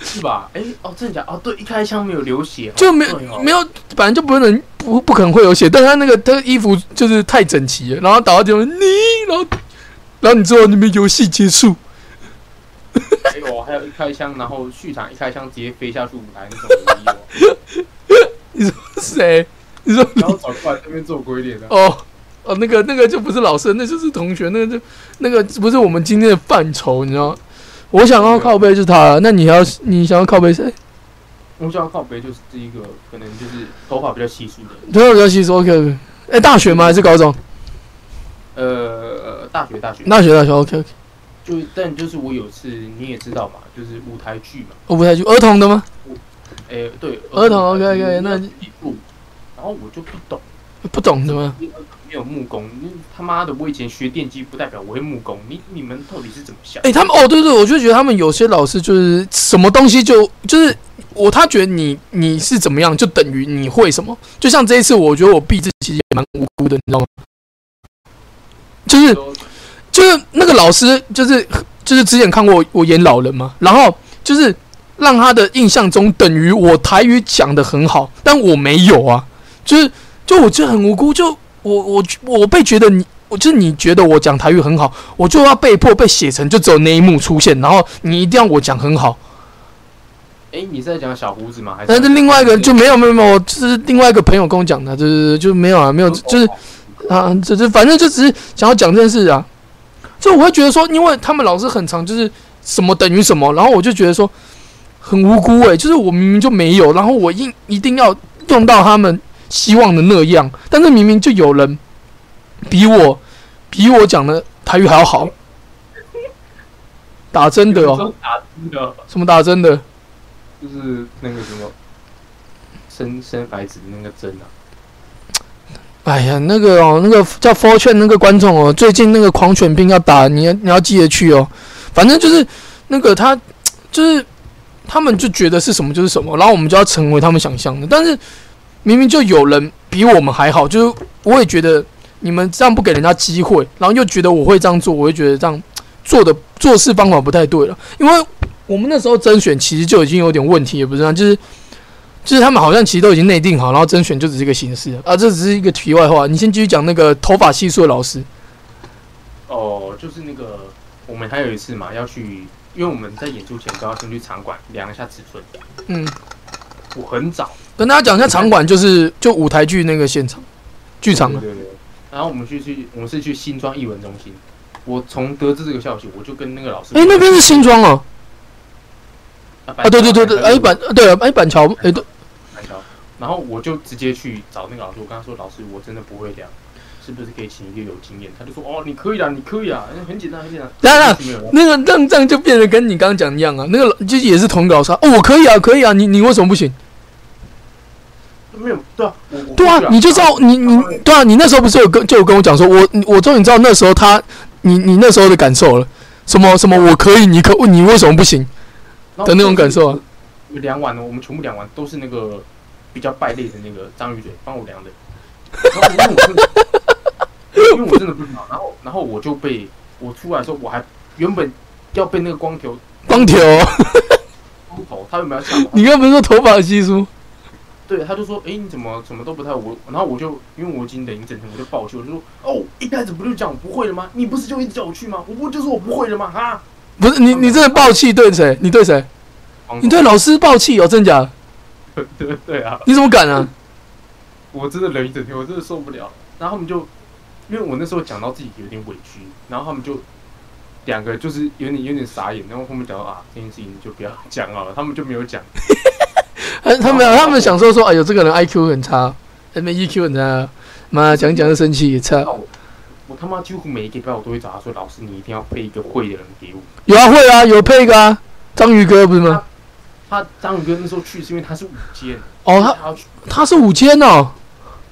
Speaker 1: 是吧？哎、哦，真的假的？哦，对，一开枪没有流血，
Speaker 2: 就没
Speaker 1: 对哦
Speaker 2: 没有，本来就不能不不可能会有血，但他那个他的衣服就是太整齐了，然后打到地方你，然后然后你之后你们游戏结束， <laughs>
Speaker 1: 还有还有一开枪，然后续场一开枪直接飞下去舞台那种也有啊，
Speaker 2: 谁？你说
Speaker 1: 然后找过来这边做鬼脸的，
Speaker 2: 哦哦，那个那个就不是老师，那就是同学，那个就那个不是我们今天的范畴，你知道吗？我想要靠背就是他，那你还要你想要靠背谁？
Speaker 1: 我想要靠北就是一个可能就是头发比较稀疏的，
Speaker 2: 对，我比较吸收 OK OK。哎、大学吗？还是高中？
Speaker 1: 呃，大学大学，
Speaker 2: 大学大学 OK OK。
Speaker 1: 就但就是我有次你也知道嘛，就是舞台剧嘛，
Speaker 2: 我不太去儿童的吗？
Speaker 1: 哎、对，
Speaker 2: 儿童 OK，OK，那
Speaker 1: 一部，然后我就不懂，
Speaker 2: 不懂的吗？
Speaker 1: 没有木工，你他妈的，我以前学电机不代表我会木工，你你们到底是怎么想？
Speaker 2: 哎、他们哦，对对，我就觉得他们有些老师就是什么东西就就是我，他觉得你你是怎么样，就等于你会什么。就像这一次，我觉得我毕志其实也蛮无辜的，你知道吗？就是
Speaker 1: 都
Speaker 2: 就是那个老师，就是就是之前看过我我演老人嘛，然后就是让他的印象中等于我台语讲的很好，但我没有啊，就是就我就很无辜，就我我我被觉得你。我就是你觉得我讲台语很好，我就要被迫被写成就只有那一幕出现，然后你一定要我讲很好。
Speaker 1: 哎、你是在讲小胡子吗？还是
Speaker 2: 但是另外一个就没有没有没有，我就是另外一个朋友跟我讲的，就是就没有啊，没有，就是
Speaker 1: 哦
Speaker 2: 啊，这这反正就只是想要讲这件事啊。就我会觉得说，因为他们老师很长，就是什么等于什么，然后我就觉得说很无辜诶、就是我明明就没有，然后我硬一定要用到他们希望的那样，但是明明就有人比我比我讲的台语还要好，打真的哦，，
Speaker 1: 打字的，
Speaker 2: 什么打真的？
Speaker 1: 就是那个什么生生白子那个针啊，
Speaker 2: 哎呀，那个哦，那个叫 f o r t u n e 那个观众哦，最近那个狂犬病要打，你要你要记得去哦。反正就是那个他，就是他们就觉得是什么就是什么，然后我们就要成为他们想象的。但是明明就有人比我们还好，就是我也觉得你们这样不给人家机会，然后又觉得我会这样做，我会觉得这样做的做事方法不太对了。因为我们那时候甄选其实就已经有点问题，也不是这样，就是就是他们好像其实都已经内定好，然后甄选就只是一个形式啊，这只是一个题外话。你先继续讲那个头发稀疏的老师，
Speaker 1: 哦，就是那个我们还有一次嘛，要去，因为我们在演出前都要先去场馆量一下尺寸，
Speaker 2: 嗯，
Speaker 1: 我很早。
Speaker 2: 跟大家讲一下场馆，就是就舞台剧那个现场剧场啊嘛，
Speaker 1: 对对对。然后我们去去，我们是去新庄艺文中心。我从得知这个消息，我就跟那个老师
Speaker 2: 哎、那边是新庄哦，
Speaker 1: 啊
Speaker 2: 啊，对对对对，哎、板对，哎、板桥，哎、对，
Speaker 1: 板桥。然后我就直接去找那个老师，我跟他说：“老师，我真的不会量，是不是可以请一个有经验？”他就说：“哦，你可以啊，你可以啊，很简单，很简单。”
Speaker 2: 当然
Speaker 1: 没有
Speaker 2: 那个让这样就变得跟你刚刚讲的一样啊，那个老就也是同一个老师啊，哦，我可以啊，可以啊，你你为什么不行？
Speaker 1: 没有，对啊，我我
Speaker 2: 对啊
Speaker 1: 过去，
Speaker 2: 你就知道你你对啊，你那时候不是有跟就有跟我讲说，我你我终于知道那时候他你你那时候的感受了，什么什么我可以，你可你为什么不行
Speaker 1: 然后
Speaker 2: 的那种感受啊。
Speaker 1: 量完了，我们全部量完都是那个比较败类的那个章鱼嘴帮我量的，然后因为我真的因为我真的不知道，然后然后我就被我出来的时候，我还原本要被那个光头
Speaker 2: 光头，
Speaker 1: 秃头，他原本要吓我，
Speaker 2: 你刚刚不是说头发稀疏？
Speaker 1: 对，他就说，哎、你怎么怎么都不太我，然后我就因为我已经等一整天，我就爆气，我就说，哦，一开始不就讲我不会了吗？你不是就一直叫我去吗？我不就说我不会了吗？哈，
Speaker 2: 不是你，你真的暴气对谁？你对谁？
Speaker 1: 光头
Speaker 2: 你对老师暴气哦，真假的？
Speaker 1: 对对啊，
Speaker 2: 你怎么敢啊？
Speaker 1: 我真的忍一整天，我真的受不了。然后他们就，因为我那时候讲到自己有点委屈，然后他们就两个就是有点有点傻眼，然后后面讲到啊这件事情就不要讲好了，他们就没有讲。
Speaker 2: 他他们他们想说说，哎呦，这个人 IQ 很差，他们 EQ 很差，妈讲讲就生气，也差
Speaker 1: 那。我我他妈几乎每一个礼拜我都会找他说，老师你一定要配一个会的人给我。
Speaker 2: 有啊会啊，有配一个啊，章鱼哥不是吗？
Speaker 1: 他张宇哥那时候去是因为他是五间，
Speaker 2: 哦，
Speaker 1: 他
Speaker 2: 他
Speaker 1: 要去，
Speaker 2: 他是五千哦，
Speaker 1: 啊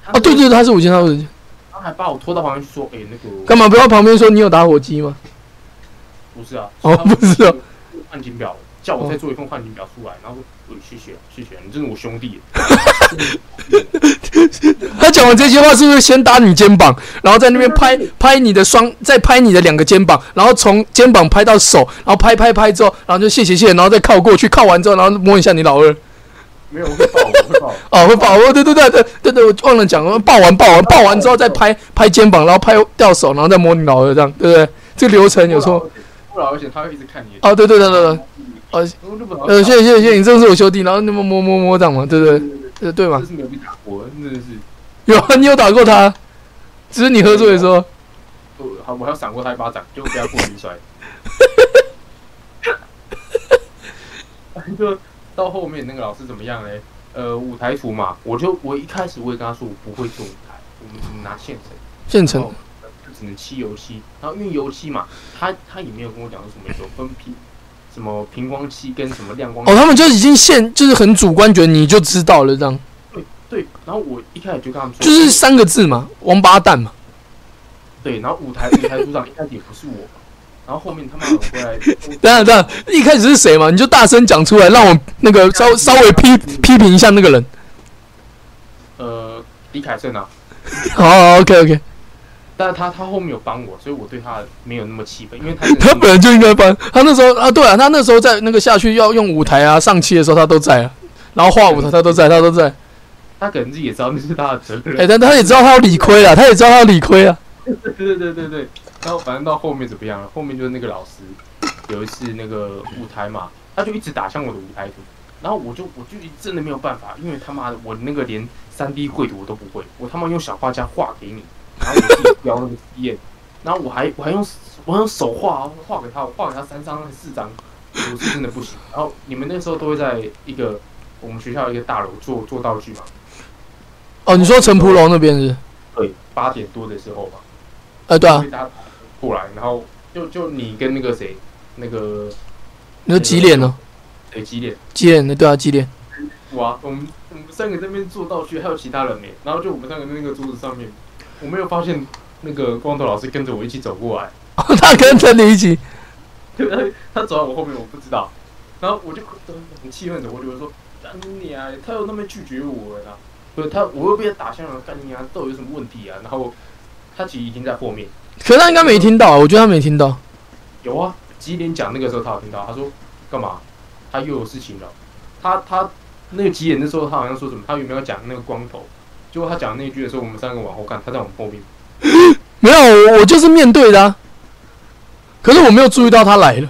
Speaker 1: 他
Speaker 2: 啊对对，对他是五千，他是五千。
Speaker 1: 他还把我拖到旁边去说，哎、那个
Speaker 2: 干嘛不要旁边说你有打火机吗？
Speaker 1: 不是啊，
Speaker 2: 哦
Speaker 1: 他们
Speaker 2: 不是啊，哦
Speaker 1: 换金表，叫我再做一份换金表出来，然后我说谢谢谢谢，你真是我兄弟。
Speaker 2: 他讲完这些话是不是先打你肩膀，然后在那边拍拍你的双，再拍你的两个肩膀，然后从肩膀拍到手，然后拍拍拍之后，然后就谢谢谢，然后再靠过去，靠完之后，然后摸一下你老二，
Speaker 1: 没有会爆，我会爆。
Speaker 2: 哦，会抱，哦对对对对对对，我忘了讲，抱完抱完抱完之后再拍拍肩膀，然后拍掉手，然后再摸你老二，这样对不对？这个流程 <laughs> 有错？
Speaker 1: 不老而且他会一直看你。
Speaker 2: 哦，对对对对对，哦，
Speaker 1: 我就不老
Speaker 2: 呃，谢谢谢谢，你真的是我兄弟，然后那么摸摸摸这样嘛，对不对？呃，对嘛
Speaker 1: 这，是没有被打过，真的是，
Speaker 2: 有啊，你有打过他，只是你喝醉的时候。
Speaker 1: 我好，我还要闪过他一巴掌，就被他过膝
Speaker 2: <laughs>
Speaker 1: 摔。就到后面那个老师怎么样嘞？呃，舞台服嘛，我就我一开始我也跟他说我不会做舞台，我们只能拿现成。
Speaker 2: 建成，
Speaker 1: 就只能漆油漆，然后因为油漆嘛，他他也没有跟我讲说什么有分批，什么平光漆跟什么亮光漆
Speaker 2: 哦，他们就已经现就是很主观，觉得你就知道了这样，
Speaker 1: 对，然后我一开始就跟他们说，
Speaker 2: 就是三个字嘛，王八蛋嘛。
Speaker 1: 对，然后舞台舞台组长一开始也不是我，然后后面他妈的回
Speaker 2: <laughs>
Speaker 1: 来，
Speaker 2: 等等等等，一开始是谁嘛？你就大声讲出来，让我那个稍稍微批批评一下那个人。
Speaker 1: 呃，李凯盛啊，
Speaker 2: 好好，OK 哦 OK，
Speaker 1: 但是他他后面有帮我，所以我对他没有那么气愤，因为他
Speaker 2: 他本来就应该搬。他那时候啊，对啊，他那时候在那个下去要用舞台啊、上漆的时候，他都在啊。然后画舞台他都在，他都在。
Speaker 1: 他可能自己也知道那是他的责
Speaker 2: 哎、
Speaker 1: 任，
Speaker 2: 但他也知道他要理亏了，啊他也知道他要理亏啊。
Speaker 1: 对对对对对，然后反正到后面怎么样了？后面就是那个老师有一次那个舞台嘛，他就一直打向我的舞台图，然后我就我就真的没有办法，因为他妈的我那个连三 D 绘图我都不会，我他妈用小画家画给你，然后我自己标那个实验，然后我还我还用我还用手画哦画给他，我画给他三张还是四张，我是真的不行。然后你们那时候都会在一个我们学校一个大楼做做道具嘛，
Speaker 2: 哦，你说陈蒲龙那边是？
Speaker 1: 对，八点多的时候嘛。
Speaker 2: 哎，对啊，
Speaker 1: 会搭过来，然后就就你跟那个谁，那个
Speaker 2: 你说几脸呢？
Speaker 1: 谁几点？
Speaker 2: 几脸？对啊，几脸？
Speaker 1: 哇，我们我们三个在那边做道具，还有其他人没，然后就我们三个在那个桌子上面，我没有发现那个光头老师跟着我一起走过来， <laughs>
Speaker 2: 哦， <laughs> 他跟陈你一起。
Speaker 1: 对他他走在我后面，我不知道，然后我就很气愤的，我就说干你啊，他又那么拒绝我了、啊，不是他，我又被他打向了，干你啊，到底有什么问题啊？然后他其实已经在后面。
Speaker 2: 可是他应该没听到、啊，我觉得他没听到。
Speaker 1: 有啊，吉点讲那个时候他有听到，他说干嘛？他又有事情了。他他那个吉点那时候他好像说什么，他有没有讲那个光头？结果他讲那句的时候，我们三个往后看，他在我们后面。
Speaker 2: 没有，我我就是面对的、啊。可是我没有注意到他来了，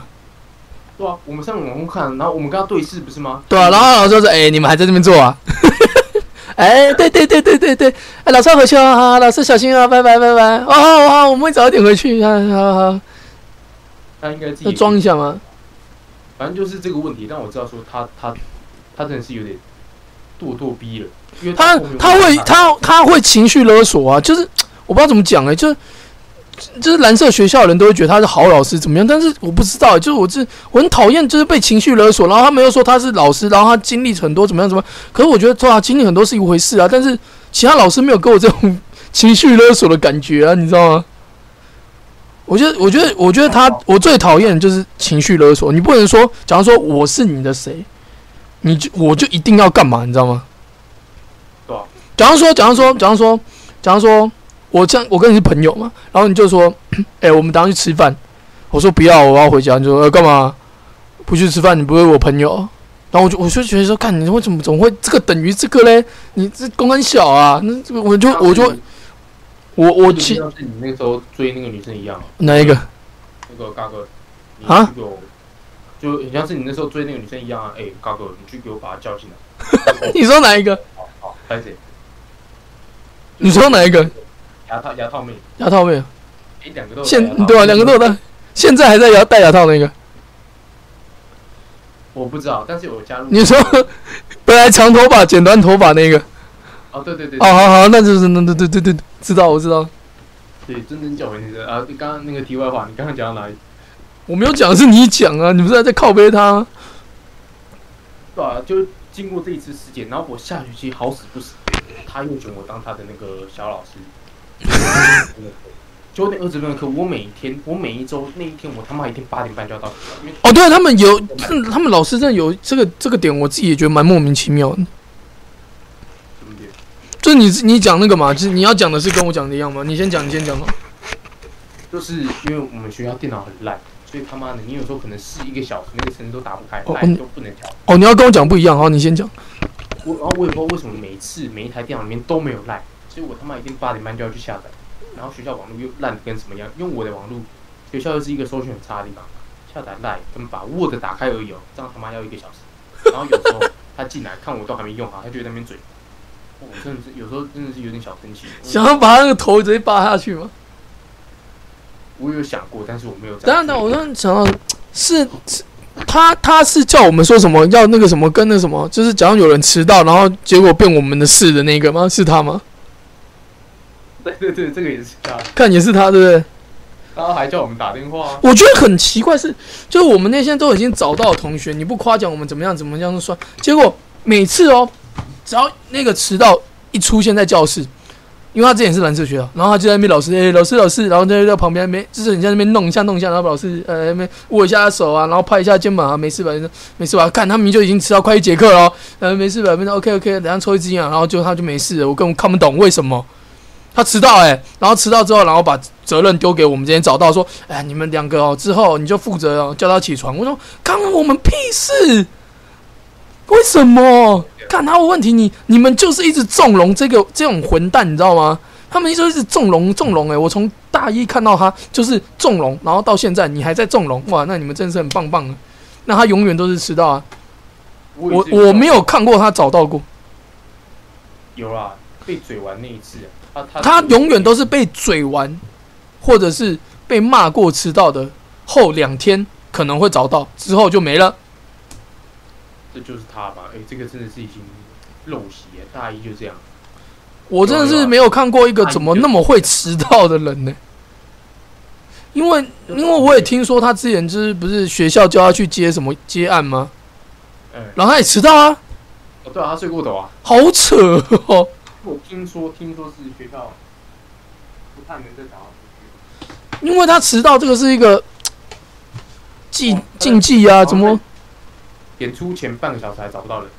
Speaker 1: 对啊，我们三个往后看，然后我们跟他对视，不是吗？
Speaker 2: 对啊，然后老师说：“哎、你们还在这边做啊？” <laughs> 哎、对对对对对对，哎、老师要回去啊，好老师小心啊，拜拜拜拜。哦，好好，我们会早一点回去，好好好，
Speaker 1: 他应该自
Speaker 2: 要
Speaker 1: 己
Speaker 2: 装一，下吗？
Speaker 1: 反正就是这个问题让我知道说他他他真的是有点咄咄逼人，因为
Speaker 2: 他
Speaker 1: 后面
Speaker 2: 他会他他会情绪勒索啊，就是我不知道怎么讲哎、就是就是蓝色学校的人都会觉得他是好老师怎么样，但是我不知道、就是我这我很讨厌就是被情绪勒索，然后他们又说他是老师，然后他经历很多怎么样怎么样，可是我觉得对啊，经历很多是一回事啊，但是其他老师没有给我这种 <laughs> 情绪勒索的感觉啊，你知道吗？我觉得，我觉得，我觉得他，我最讨厌的就是情绪勒索。你不能说，假如说我是你的谁，你就我就一定要干嘛，你知道吗？
Speaker 1: 对啊
Speaker 2: 假如说，假如说，假如说，假如说，我这样，我跟你是朋友嘛，然后你就说， <coughs> 哎、我们等一下去吃饭。我说不要，我要回家。你就说呃干、嘛？不去吃饭？你不是我朋友。然后我就我就觉得说，看你为什么总会这个等于这个嘞？你这公很小啊，那这个我就我就我我
Speaker 1: 就
Speaker 2: 其
Speaker 1: 像是你啊那个时候追那个女生一样，
Speaker 2: 哪一个？
Speaker 1: 那个嘎哥，你
Speaker 2: 啊
Speaker 1: 有就很像是你那时候追那个女生一样啊。哎、高哥，你去给我把她叫进来。
Speaker 2: 你说哪一个？
Speaker 1: 好好，拍
Speaker 2: <laughs>
Speaker 1: 谁？
Speaker 2: 你说哪一个？
Speaker 1: 牙套牙套妹，
Speaker 2: 牙套没有？
Speaker 1: 哎、两个都有
Speaker 2: 现
Speaker 1: 戴牙套
Speaker 2: 对啊，两个都有戴，现在还在牙戴牙套那个。
Speaker 1: 我不知道，但是有加入。
Speaker 2: <laughs> 你说本来长头发剪短头发那个？
Speaker 1: 哦，对对对，
Speaker 2: 哦，好好，那就是那对对对对，知道我知道，
Speaker 1: 对，真真叫回你的啊！刚刚那个题外话，你刚刚讲到哪里？
Speaker 2: 我没有讲是你讲啊，你不是还在靠背他吗？
Speaker 1: 对啊，就经过这一次事件，然后我下学期好死不死，他又选我当他的那个小
Speaker 2: <laughs>
Speaker 1: 老师。九点二十分的课，我每天，我每一周那一天，我他妈一定八点半就要到学校，因为
Speaker 2: 哦，对他们有，他们老师真的有这个这个点，我自己也觉得蛮莫名其妙的。
Speaker 1: 对不对？
Speaker 2: 就是你你讲那个嘛，就是你要讲的是跟我讲的一样吗？你先讲，你先讲嘛。
Speaker 1: 就是因为我们学校电脑很烂，所以他妈的，你有时候可能试一个小时，那个程式都打不开，
Speaker 2: 哦
Speaker 1: 烂都不能调。
Speaker 2: 哦，你要跟我讲不一样，好，你先讲。
Speaker 1: 我然后我也不知道为什么每一次每一台电脑里面都没有烂，所以我他妈一定八点半就要去下载，然后学校网络又烂得跟什么样？因为我的网络学校又是一个搜寻很差的地方，下载赖跟把 Word 打开而已哦，这样他妈要一个小时。然后有时候他进来看我都还没用好，他就在那边嘴。我真的是有时候真的是有点小生气，
Speaker 2: 想要把他那个头直接扒下去吗？
Speaker 1: 我有想过，但是我没有这
Speaker 2: 等
Speaker 1: 样
Speaker 2: 等
Speaker 1: 做。
Speaker 2: 等，我突然想到，是是他他是叫我们说什么要那个什么跟那什么，就是假如有人迟到，然后结果变我们的事的那个吗？是他吗？
Speaker 1: 对对对，这个也是他，
Speaker 2: 看也是他，对不对？
Speaker 1: 然后还叫我们打电话啊。
Speaker 2: 我觉得很奇怪是，就是我们那些都已经找到的同学，你不夸奖我们怎么样怎么样就算，结果每次哦，只要那个迟到一出现在教室，因为他之前也是蓝色学校，然后他就在那边老师，哎、老师老师，然后就在旁边那边，就是你在那边弄一下弄一下，然后把老师呃那边握一下他手啊，然后拍一下肩膀啊，没事吧？没事吧？看他们就已经迟到快一节课了、哦，呃没事吧？没事，OK OK，等一下抽一支烟啊，然后就他就没事了，我根本看不懂为什么。他迟到哎、然后迟到之后，然后把责任丢给我们这些找到说，哎，你们两个哦，之后你就负责哦，叫他起床。我说，干我们屁事？为什么？干他有问题，你你们就是一直纵容这个这种混蛋，你知道吗？他们就一直纵容纵容、欸，哎，我从大一看到他就是纵容，然后到现在你还在纵容，哇，那你们真是很棒棒啊！那他永远都是迟到啊，
Speaker 1: 也
Speaker 2: 我
Speaker 1: 是
Speaker 2: 我没有看过他早到过，
Speaker 1: 有啦，被嘴完那一次啊，他
Speaker 2: 他
Speaker 1: 他
Speaker 2: 永远都是被嘴完，或者是被骂过迟到的后两天可能会早到，之后就没了。
Speaker 1: 这就是他吧？哎、这个真的是已经陋习了，大一就这样。
Speaker 2: 我真的是没有看过一个怎么那么会迟到的人呢、因为因为我也听说他之前就是不是学校叫他去接什么接案吗？
Speaker 1: 嗯，
Speaker 2: 然后他也迟到啊，
Speaker 1: 哦，对啊，他睡过头啊。
Speaker 2: 好扯哦！
Speaker 1: 我听说，听说是学校不太能再打到出
Speaker 2: 因为他迟到这个是一个禁禁忌啊，
Speaker 1: 去。
Speaker 2: 怎么？ <laughs>
Speaker 1: 哦演出前半个小时还找不到人？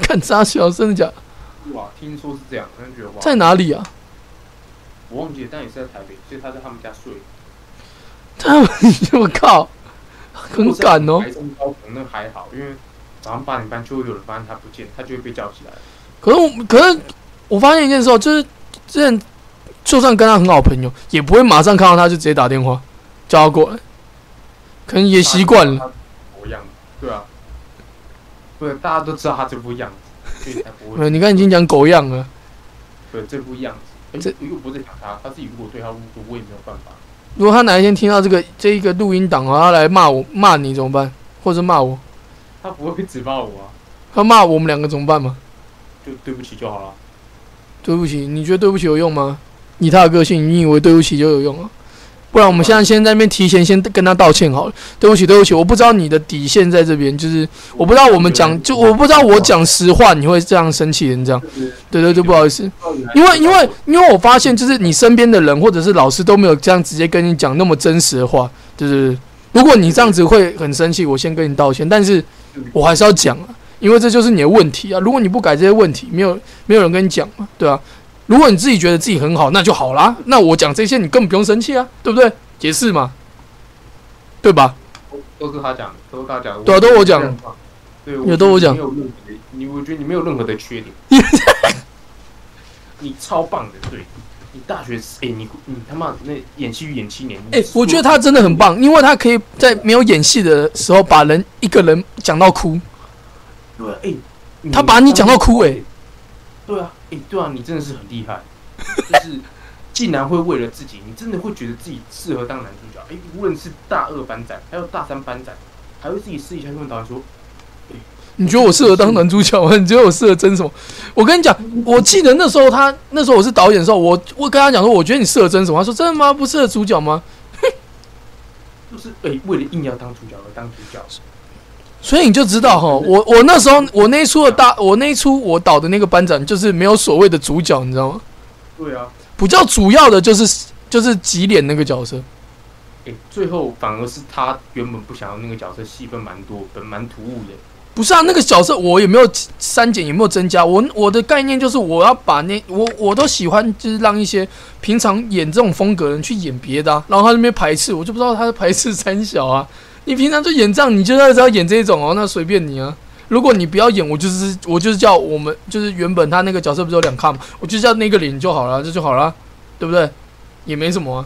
Speaker 2: 看扎小？真的假的？
Speaker 1: 哇，听说是这样，我就觉得哇，
Speaker 2: 在哪里啊？ <laughs>
Speaker 1: 我忘记了，但也是在台北，所以他在他们家睡。
Speaker 2: 他们我靠，很赶哦！
Speaker 1: 台中高雄那还好，因为早上八点半就会有人发现他不见，他就会被叫起来。
Speaker 2: 可是我，可是我发现一件事哦，就是之前就算跟他很好朋友，也不会马上看到他就直接打电话叫他过来，可能也习惯了。
Speaker 1: 了。模样，对啊，不是大家都知道他这副样子，所以才不会
Speaker 2: <laughs> 呃，你刚才已经讲狗样了，
Speaker 1: 对这副样子。哎、
Speaker 2: 这
Speaker 1: 我又不是在讲他，他自己如果对他侮辱，我也没有办法。
Speaker 2: 如果他哪一天听到这个这一个录音档啊，他来骂我骂你怎么办？或者骂我，
Speaker 1: 他不会只骂我啊，
Speaker 2: 他骂我们两个怎么办嘛？
Speaker 1: 就对不起就好了。
Speaker 2: 对不起，你觉得对不起有用吗？以他的个性，你以为对不起就有用啊？不然我们现在先在那边提前先跟他道歉好了。对不起，对不起，我不知道你的底线在这边，就是我不知道我们讲就我不知道我讲实话你会这样生气成这样。对对对，不好意思，因
Speaker 1: 啊
Speaker 2: 为因为因为我发现，就是你身边的人或者是老师都没有这样直接跟你讲那么真实的话，对对对。如果你这样子会很生气，我先跟你道歉，但是我还是要讲啊，因为这就是你的问题啊。如果你不改这些问题，没有没有人跟你讲嘛，对啊。如果你自己觉得自己很好，那就好啦。那我讲这些，你根本不用生气啊，对不对？也是嘛，对吧？
Speaker 1: 都是他讲，都是他讲，
Speaker 2: 对啊都我讲，
Speaker 1: 对，
Speaker 2: 也都我讲
Speaker 1: 觉得你没有任何的，你我
Speaker 2: <laughs>
Speaker 1: 觉得你没有任何的缺点，你超棒的，对，你大学哎、你你他妈那演戏演七年，
Speaker 2: 哎、我觉得他真的很棒，因为他可以在没有演戏的时候把人一个人讲到哭，
Speaker 1: 对啊，哎、
Speaker 2: 他把你讲到哭哎、
Speaker 1: 对啊，哎、对啊，你真的是很厉害，就是竟然会为了自己，你真的会觉得自己适合当男主角。哎、无论是大二班长，还有大三班长，还会自己私底下问导演说，
Speaker 2: 你觉得我适合当男主角吗？你觉得我适合争什么？我跟你讲，我记得那时候他那时候我是导演的时候，我我跟他讲说，我觉得你适合争什么？他说真的吗？不适合主角吗？
Speaker 1: 就是哎、为了硬要当主角而当主角，
Speaker 2: 所以你就知道哈，我我那时候我那一出的大，我那一出我导的那个班长就是没有所谓的主角，你知道吗？
Speaker 1: 对啊，
Speaker 2: 比较主要的就是就是挤脸那个角色，
Speaker 1: 哎、最后反而是他原本不想要那个角色，戏份蛮多，本蛮突兀的。
Speaker 2: 不是啊，那个角色我也没有删减，也没有增加。我我的概念就是我要把那我我都喜欢，就是让一些平常演这种风格的人去演别的、啊，然后他那边排斥，我就不知道他是排斥三小啊。 <laughs> 你平常就演这样，你就要知道演这种哦，那随便你啊。如果你不要演，我就是我就是叫我们就是原本他那个角色不是有两看嘛，我就叫那个脸就好了，这就好了，对不对？也没什么啊。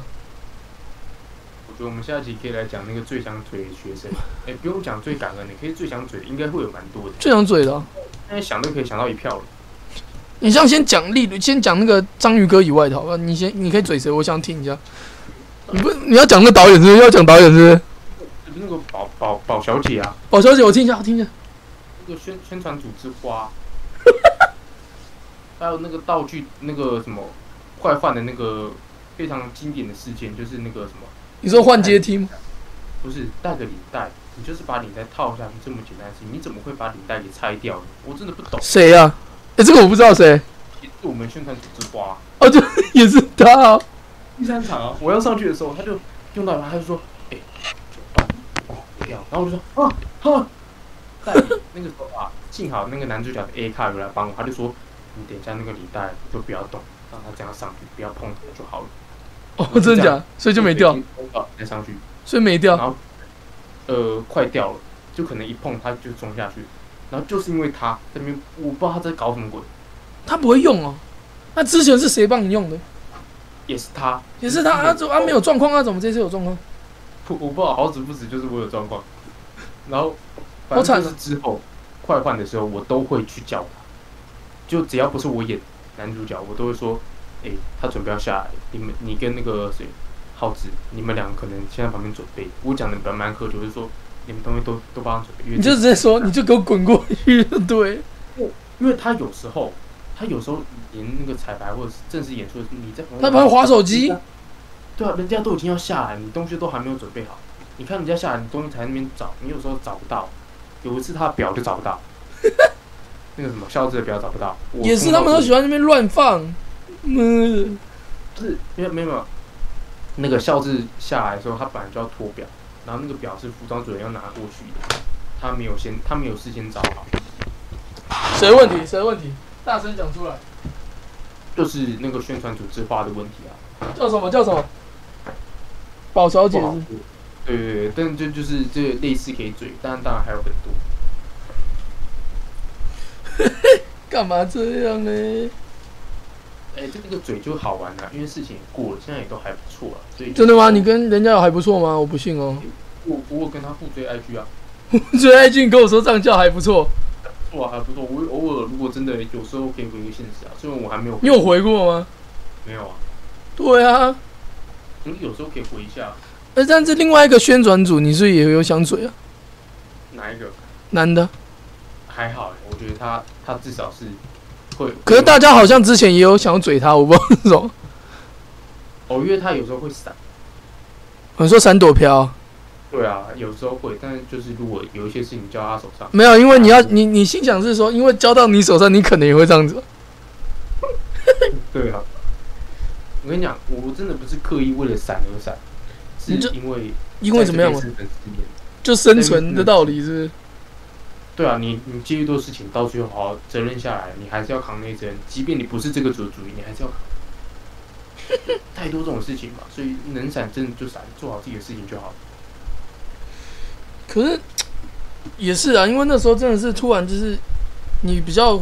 Speaker 1: 我觉得我们下集可以来讲那个最想嘴的学生，哎、不用讲最感恩的，可以最想嘴的应该会有蛮多的，
Speaker 2: 最想嘴的啊、
Speaker 1: 现在想都可以想到一票了。
Speaker 2: 你像先讲例如，先讲那个章鱼哥以外的，好吧？你先，你可以嘴谁？我想听一下。你不，你要讲那个导演是不是？要讲导演是不是？
Speaker 1: 就是那个宝宝宝小姐啊，
Speaker 2: 宝哦小姐，我听一下，我听一下。
Speaker 1: 那个宣宣传组之花， <laughs> 还有那个道具那个什么坏幻的那个非常经典的事件，就是那个什么
Speaker 2: 你说换阶梯吗？
Speaker 1: 不是带个领带，你就是把领带套下去这么简单的事情，你怎么会把领带给拆掉呢？我真的不懂。
Speaker 2: 谁呀、啊？哎、这个我不知道谁。
Speaker 1: 也是我们宣传组之花、
Speaker 2: 哦， <laughs> 就也是他、啊。
Speaker 1: 第三场啊，我要上去的时候，他就用到了，他就说：“哎、哦哦，不要。”然后我就说：“啊啊！”但那个时候啊，幸好那个男主角的 A 卡有来帮我，他就说：“你等一下那个领带就不要动，让他这样上去，不要碰它就好了。
Speaker 2: 哦，真的假的？所”以就没掉，，啊
Speaker 1: 再上去，
Speaker 2: 所以没掉。
Speaker 1: 呃，快掉了，就可能一碰它就中下去。然后就是因为他这边，我不知道他在搞什么鬼，
Speaker 2: 他不会用哦。那之前是谁帮你用的？
Speaker 1: 也是他，
Speaker 2: 也是
Speaker 1: 就
Speaker 2: 他，啊，怎么啊没有状况啊？怎么这次有状况？
Speaker 1: 我我不知道好死不死就是我有状况，然后
Speaker 2: 好
Speaker 1: 反
Speaker 2: 惨啊
Speaker 1: 正就是之后快换的时候，我都会去叫他，就只要不是我演男主角，我都会说，哎、他准备要下来，你们你跟那个谁浩子，你们两个可能先在旁边准备。我讲的蛮蛮苛求，就是说你们东西都都帮他准备，因为
Speaker 2: 你就直接说，你就给我滚过去，对。
Speaker 1: 因为他有时候他有时候连那个彩排或者是正式演出的时候，你在旁边
Speaker 2: 他旁边划手机，
Speaker 1: 对啊，人家都已经要下来，你东西都还没有准备好。你看人家下来，你东西才在那边找，你有时候找不到。有一次他的表就找不
Speaker 2: <laughs>
Speaker 1: 到，那个什么孝志的表找不到，我
Speaker 2: 也是他们都喜欢那边乱放。嗯，
Speaker 1: 不是没有没有没有，那个孝志下来的时候，他本来就要脱表，然后那个表是服装主任要拿过去的，他没有先他没有事先找好，
Speaker 2: 谁的问题？谁的问题？大声讲出来。
Speaker 1: 就是那个宣传组织化的问题啊。
Speaker 2: 叫什么叫什么？宝小姐
Speaker 1: 不好
Speaker 2: 是
Speaker 1: 说对对对，但这就是这个类似可以嘴，但当然还有很多。
Speaker 2: 干嘛这样呢？
Speaker 1: 哎、这个嘴就好玩啊，因为事情也过了，现在也都还不错啊。所以
Speaker 2: 真的吗？你跟人家有还不错吗？我不信哦。 <laughs>
Speaker 1: 我我有跟他互追 IG 啊，
Speaker 2: 所以艾俊跟我说这样叫还不错，
Speaker 1: 不错啊，还不错。我偶尔如果真的有时候可以回个现实啊，虽然我还没有，
Speaker 2: 你有回过吗？
Speaker 1: 没有啊？
Speaker 2: 对啊，
Speaker 1: 可是有时候可以回一下，
Speaker 2: 呃，但是另外一个宣传组，你是不是也有想嘴啊？
Speaker 1: 哪一个
Speaker 2: 男的，
Speaker 1: 还好、欸我觉得他他至少是会。
Speaker 2: 可是大家好像之前也有想要嘴他，我不知道为什么。
Speaker 1: 哦，因为他有时候会闪。
Speaker 2: 我说闪躲飘，
Speaker 1: 对啊，有时候会，但是就是如果有一些事情交他手上，
Speaker 2: 没有，因为你要你你心想是说，因为交到你手上，你可能也会这样子。
Speaker 1: 对啊，我跟你讲，我真的不是刻意为了闪而闪，是
Speaker 2: 你就
Speaker 1: 因为
Speaker 2: 因为怎么样
Speaker 1: 在
Speaker 2: 嘛
Speaker 1: 这，边是很失联
Speaker 2: 就生存的道理是不是？
Speaker 1: 对啊，你你接遇到事情，到最后好好责任下来，你还是要扛那一责任，即便你不是这个组的主力，你还是要
Speaker 2: <laughs>
Speaker 1: 扛。太多这种事情嘛，所以能闪真的就闪，做好自己的事情就好。
Speaker 2: 可是也是啊，因为那时候真的是突然就是你比较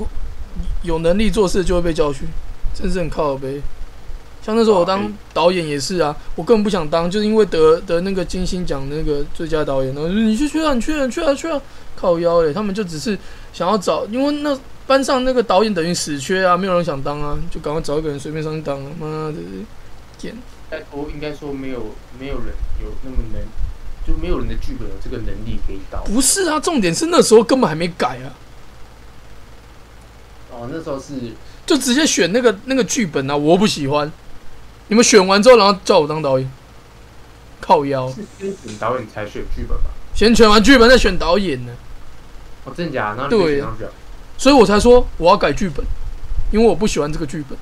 Speaker 2: 有能力做事就会被叫去，真是很靠背。像那时候我
Speaker 1: 哦
Speaker 2: 当
Speaker 1: 哎
Speaker 2: 导演也是啊，我根本不想当，就是因为得得那个金星奖那个最佳导演，然后就你去去啊，你去啊，你去啊，去啊，靠腰嘞，他们就只是想要找，因为那班上那个导演等于死缺啊，没有人想当啊，就赶快找一个人随便上去当啊，妈的，
Speaker 1: 拜托，应该说没有没有人有那么能，就没有人的剧本有这个能力可以导。
Speaker 2: 不是啊，重点是那时候根本还没改啊，
Speaker 1: 哦，那时候是
Speaker 2: 就直接选那个那个剧本啊，我不喜欢，你们选完之后，然后叫我当导演，靠腰，
Speaker 1: 是先选导演才选剧本吧？
Speaker 2: 先选完剧本再选导演呢、
Speaker 1: 哦，真假？然后你就
Speaker 2: 对
Speaker 1: 选
Speaker 2: 啊
Speaker 1: 上去了。啊
Speaker 2: 所以我才说我要改剧本，因为我不喜欢这个剧本，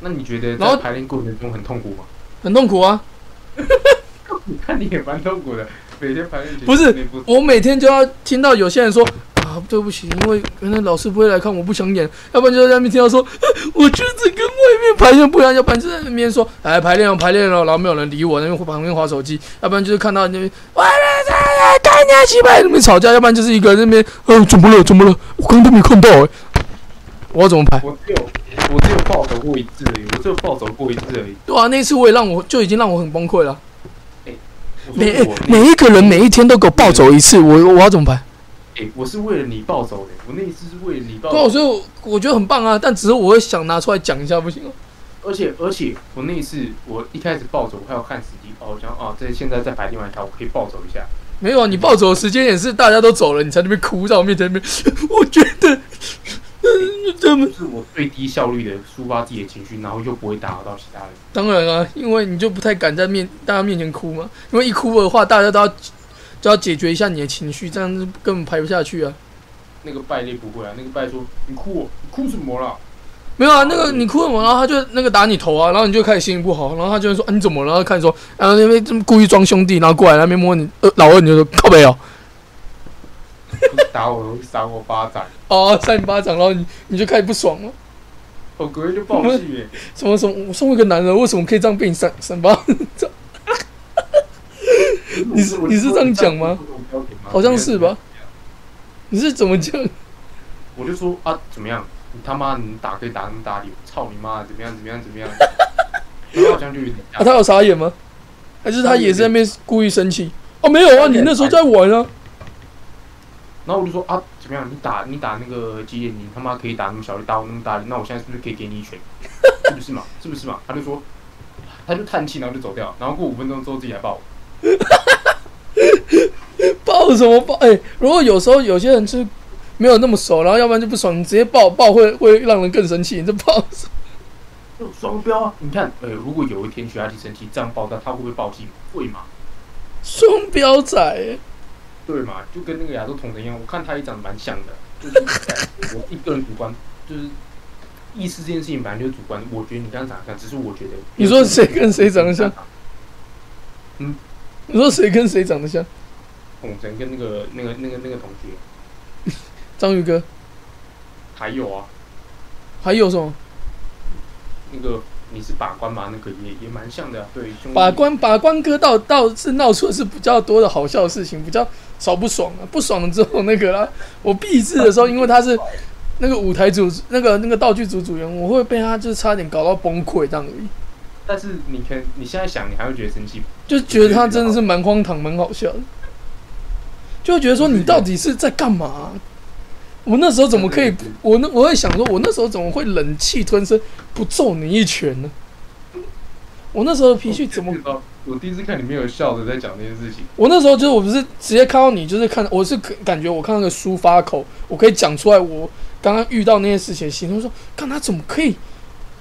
Speaker 1: 那你觉得
Speaker 2: 然后
Speaker 1: 在排练过程中很痛苦吗？ <laughs>
Speaker 2: 很痛苦啊。
Speaker 1: 你看你也蛮痛苦的，每天排练
Speaker 2: 不是
Speaker 1: 你不
Speaker 2: 我每天就要听到有些人说啊，对不起，因为原来老师不会来看，我不想演；要不然就在那边听到说，我觉得这跟外面排练不一样；要不然就在那边说，哎，排练哦，排练哦，然后没有人理我，那边旁边划手机；要不然就是看到那边，我来干你几百那边吵架；要不然就是一个人在那边，呃，怎么了？怎么了？我刚刚都没看到哎、我要怎么排？
Speaker 1: 我只有我只有暴走过一次而已，我只有暴走过一次而已。
Speaker 2: 对啊，那一次我也让我就已经让我很崩溃了。
Speaker 1: 我说
Speaker 2: 每
Speaker 1: 我那
Speaker 2: 每一个人每一天都给我暴走一次，我我要怎么排？
Speaker 1: 哎我是为了你暴走的，我那一次是为了你暴
Speaker 2: 对啊，
Speaker 1: 走，
Speaker 2: 所以我我觉得很棒啊，但只是我会想拿出来讲一下，不行吗？
Speaker 1: 而且而且我那一次我一开始暴走，我还要看时机哦，我想哦，这现在在排另外一条，我可以暴走一下。
Speaker 2: 没有啊，你暴走的时间也是大家都走了，你才在那边哭，在我面前那边， <laughs> 我觉得，他们
Speaker 1: 就是我最低效率的抒发自己的情绪，然后又不会打扰到其他人。
Speaker 2: 当然啊，因为你就不太敢在面大家面前哭嘛，因为一哭的话，大家都要就要解决一下你的情绪，这样子根本排不下去啊。
Speaker 1: 那个败类不会啊，那个败说你哭、哦，你哭什么
Speaker 2: <laughs>
Speaker 1: 啦？
Speaker 2: 没有啊，那个你哭什么？然后他就那个打你头啊，然后你就开始心情不好，然后他就会说、啊、你怎么了？然后看说，然后那边这么故意装兄弟，然后过来那边摸你，呃，老二你就说靠哦没有，
Speaker 1: 不是打我，会扇我巴掌。
Speaker 2: 哦，扇你巴掌，然后你你就开始不爽了。
Speaker 1: 我哦隔天就欸暴气耶！
Speaker 2: 什么什么？我身为一个男人，为什么可以这样被你扇扇巴？ <laughs> 你是你是这样讲吗？好像是吧？你是怎么嗯讲？
Speaker 1: 我就说啊，怎么样？你他妈你打可以打那么大力，我操你妈！怎么样？怎么样？怎么样？ <laughs> 然后好像就有点
Speaker 2: 啊，他有傻眼吗？还是他也是在那边故意生气？哦，没有啊，你那时候在玩啊。
Speaker 1: 然后我就说啊，怎么样？你打你打那个基业，你他妈可以打那么小力，打我那么大力，那我现在是不是可以给你一
Speaker 2: <laughs>
Speaker 1: 拳？是不是嘛？是不是嘛？他就说，他就叹气，然后就走掉。然后过五分钟之后自己来抱我。
Speaker 2: 抱什么抱？哎、如果有时候有些人就是没有那么熟，然后要不然就不爽，你直接抱抱会会让人更生气。你这抱 <laughs> 什么
Speaker 1: 就双标啊！你看，呃，如果有一天学阿弟生气这样爆炸，他会不会暴气吗？会嘛？
Speaker 2: 双标仔、欸
Speaker 1: 对嘛？就跟那个亚洲同城一样，我看他也长得蛮像的。就是我自己个人主观，就是意识这件事情本来就是主观。我觉得你刚刚长得像，只是我觉得
Speaker 2: 你说谁跟谁长得像？你说谁跟谁长得像？
Speaker 1: 统神跟那个那个那个那个同学，
Speaker 2: 章鱼哥，
Speaker 1: 还有啊，
Speaker 2: 还有什么
Speaker 1: 那个你是把关嘛？那个也也蛮像的、啊，对，兄弟
Speaker 2: 把关把关哥倒倒是闹出的是比较多的好笑的事情，比较少不爽啊。不爽了之后那个啦，我闭制的时候，因为他是那个舞台组那个那个道具组组员，我会被他就是差点搞到崩溃这样而已。
Speaker 1: 但是你看你现在想，你还会觉得生气吗？
Speaker 2: 就觉得他真的是蛮荒唐、蛮好笑的，就会觉得说你到底是在干嘛啊、我那时候怎么可以
Speaker 1: 对对对？
Speaker 2: 我那我会想说，我那时候怎么会忍气吞声不揍你一拳呢？我那时候的脾气怎么？
Speaker 1: 我第一次看你没有笑着在讲这件事情。
Speaker 2: 我那时候就是我不是直接看到你，就是看我是感觉我看到那个抒发口，我可以讲出来我刚刚遇到那些事情的心，我说看他怎么可以，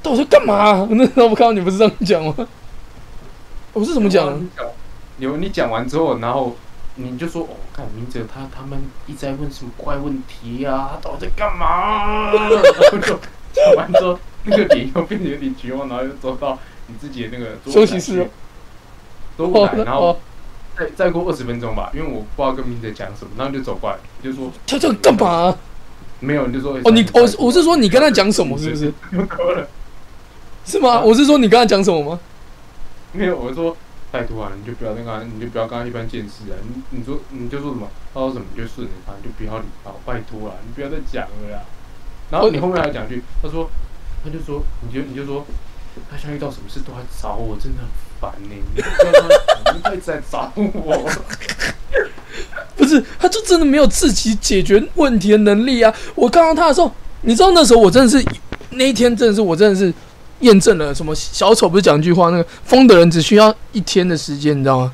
Speaker 2: 到底在干嘛 <laughs> 啊、我那时候我看到你不是这样讲吗？我是怎么讲啊？
Speaker 1: 你你讲完之后，然后你就说：“哦，看明哲他他们一直在问什么怪问题啊，他到底在干嘛啊？”然后就讲完之后，那个脸又变得有点绝望，然后又走到你自己的那个桌
Speaker 2: 休息室哦
Speaker 1: 桌舞
Speaker 2: 哦
Speaker 1: 台，
Speaker 2: 那
Speaker 1: 然
Speaker 2: 哦
Speaker 1: 后再再过二十分钟吧，因为我不知道跟明哲讲什么，然后你就走过来，你就说
Speaker 2: 他这干嘛啊、
Speaker 1: 没有，你就说
Speaker 2: 哦，你我是我是说你跟他讲什么是不是？是吗？
Speaker 1: 啊
Speaker 2: 我是说你跟他讲什么吗？
Speaker 1: <laughs> 没有，我说拜托啊，你就不要那个、啊，你就不要跟他一般见识啊。你你说你就说什么，他说什么你就顺着他，你就不要理他，拜托啊，你不要再讲了啦。然后你后面还讲一句，他说，他就说，你就你就说，他现在遇到什么事都来找我，真的很烦呢、你知道吗你们一直在找我，
Speaker 2: 不是，他就真的没有自己解决问题的能力啊！我看到他的时候，你知道那时候我真的是那一天真的是我真的是验证了什么？小丑不是讲一句话，那个疯的人只需要一天的时间，你知道吗？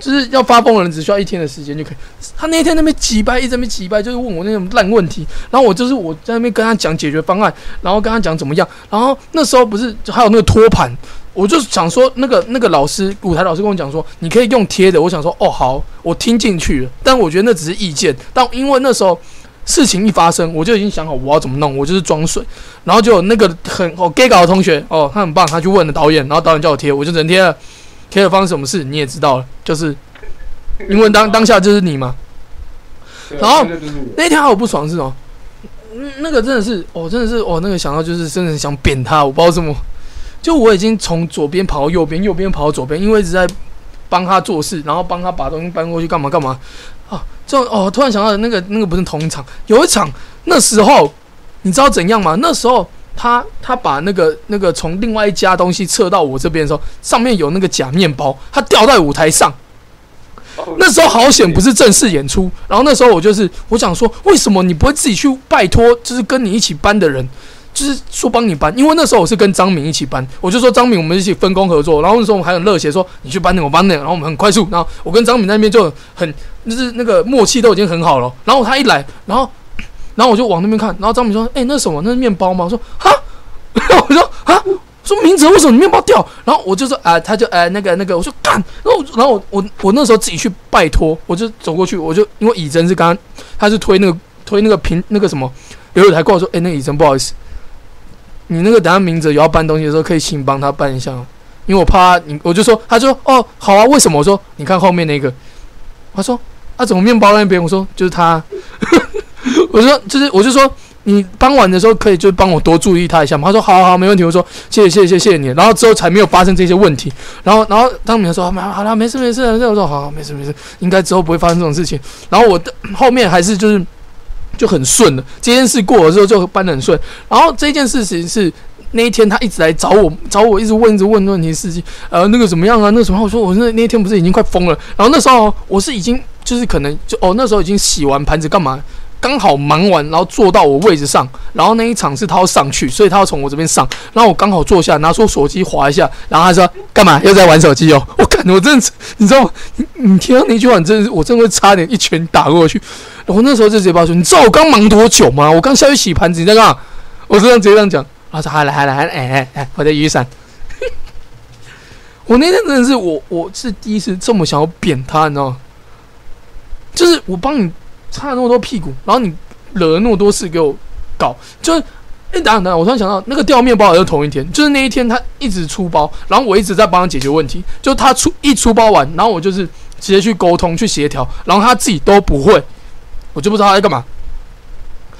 Speaker 2: 就是要发疯的人只需要一天的时间就可以。他那天那边几掰，一直在那边几掰，就是问我那种烂问题，然后我就是我在那边跟他讲解决方案，然后跟他讲怎么样，然后那时候不是还有那个托盘，我就想说那个那个老师舞台老师跟我讲说你可以用贴的，我想说哦好，我听进去了，但我觉得那只是意见，但因为那时候。事情一发生，我就已经想好我要怎么弄，我就是装水。然后就有那个很哦 gay 搞的同学哦，他很棒，他去问了导演，然后导演叫我贴，我就只能贴了。贴了发生什么事你也知道了，就是 <laughs> 因为当当下就是你嘛。
Speaker 1: 对啊
Speaker 2: 然后
Speaker 1: 那就是我，
Speaker 2: 那天还有不爽是哦，嗯那个真的是，哦，真的是，哦，那个想到就是真的很想扁他，我不知道怎么，就我已经从左边跑到右边，右边跑到左边，因为一直在帮他做事，然后帮他把东西搬过去干嘛干嘛啊，这种哦，突然想到那个那个不是同一场，有一场那时候你知道怎样吗？那时候。他他把那个那个从另外一家东西撤到我这边的时候，上面有那个假面包，它掉在舞台上，
Speaker 1: 哦
Speaker 2: 那时候好险不
Speaker 1: 是
Speaker 2: 是正式演出，然后那时候我就是我想说，为什么你不会自己去拜托，就是跟你一起搬的人，就是说帮你搬？因为那时候我是跟张明一起搬，我就说张明我们一起分工合作，然后那时候我们还很热血说你去搬那个我搬那个，然后我们很快速，然后我跟张明那边就很就是那个默契都已经很好了，然后他一来，然后然后我就往那边看，然后张明说，哎、那什么那是面包吗？我说哈， <laughs> 然后我说哈。说明哲为什么你面包掉？然后我就说啊、他就呃那个那个，我说干，然后我然后我我我那时候自己去拜托，我就走过去，我就因为以真是刚刚他是推那个推那个平那个什么，有友台跟我说，哎、那个以真不好意思，你那个等下明哲有要搬东西的时候，可以请帮他搬一下吗，哦因为我怕他你，我就说他就说哦好啊，为什么？我说你看后面那个，他说啊怎么面包在那边？我说就是他， <laughs> 我说就是我就说。你搬完的时候可以就帮我多注意他一下嘛。他说好好好，没问题。我说谢谢谢谢谢谢你。然后之后才没有发生这些问题。然后然后当明说好好了，没事没事没事。我说好好没事没事，应该之后不会发生这种事情。然后我的后面还是就是就很顺的，这件事过了之后就搬得很顺。然后这件事情是。呃啊哦那一天他一直来找我，找我一直问，一直问问题事情，呃，那个怎么样啊？那个什么？我说我那那天不是已经快疯了。然后那时候我是已经就是可能就哦，那时候已经洗完盘子干嘛？刚好忙完，然后坐到我位置上，然后那一场是他要上去，所以他要从我这边上，然后我刚好坐下，拿出手机划一下，然后他说干嘛又在玩手机哦？我感我真的是，你知道吗？你你听到那句话，你真的是，我真的会差点一拳打过去。我那时候就直接爆说，你知道我刚忙多久吗？我刚下去洗盘子，你在干嘛？我这样直接这样讲，啊他说好了好了，好了哎哎哎，我的雨伞。我那天真的是我我是第一次这么想要扁他，你知道吗？就是我帮你擦了那么多屁股，然后你惹了那么多事给我搞，就是。哎，等一下等一下，我突然想到，那个掉面包也是同一天，就是那一天他一直出包，然后我一直在帮他解决问题。就他出一出包完，然后我就是直接去沟通、去协调，然后他自己都不会，我就不知道他在干嘛。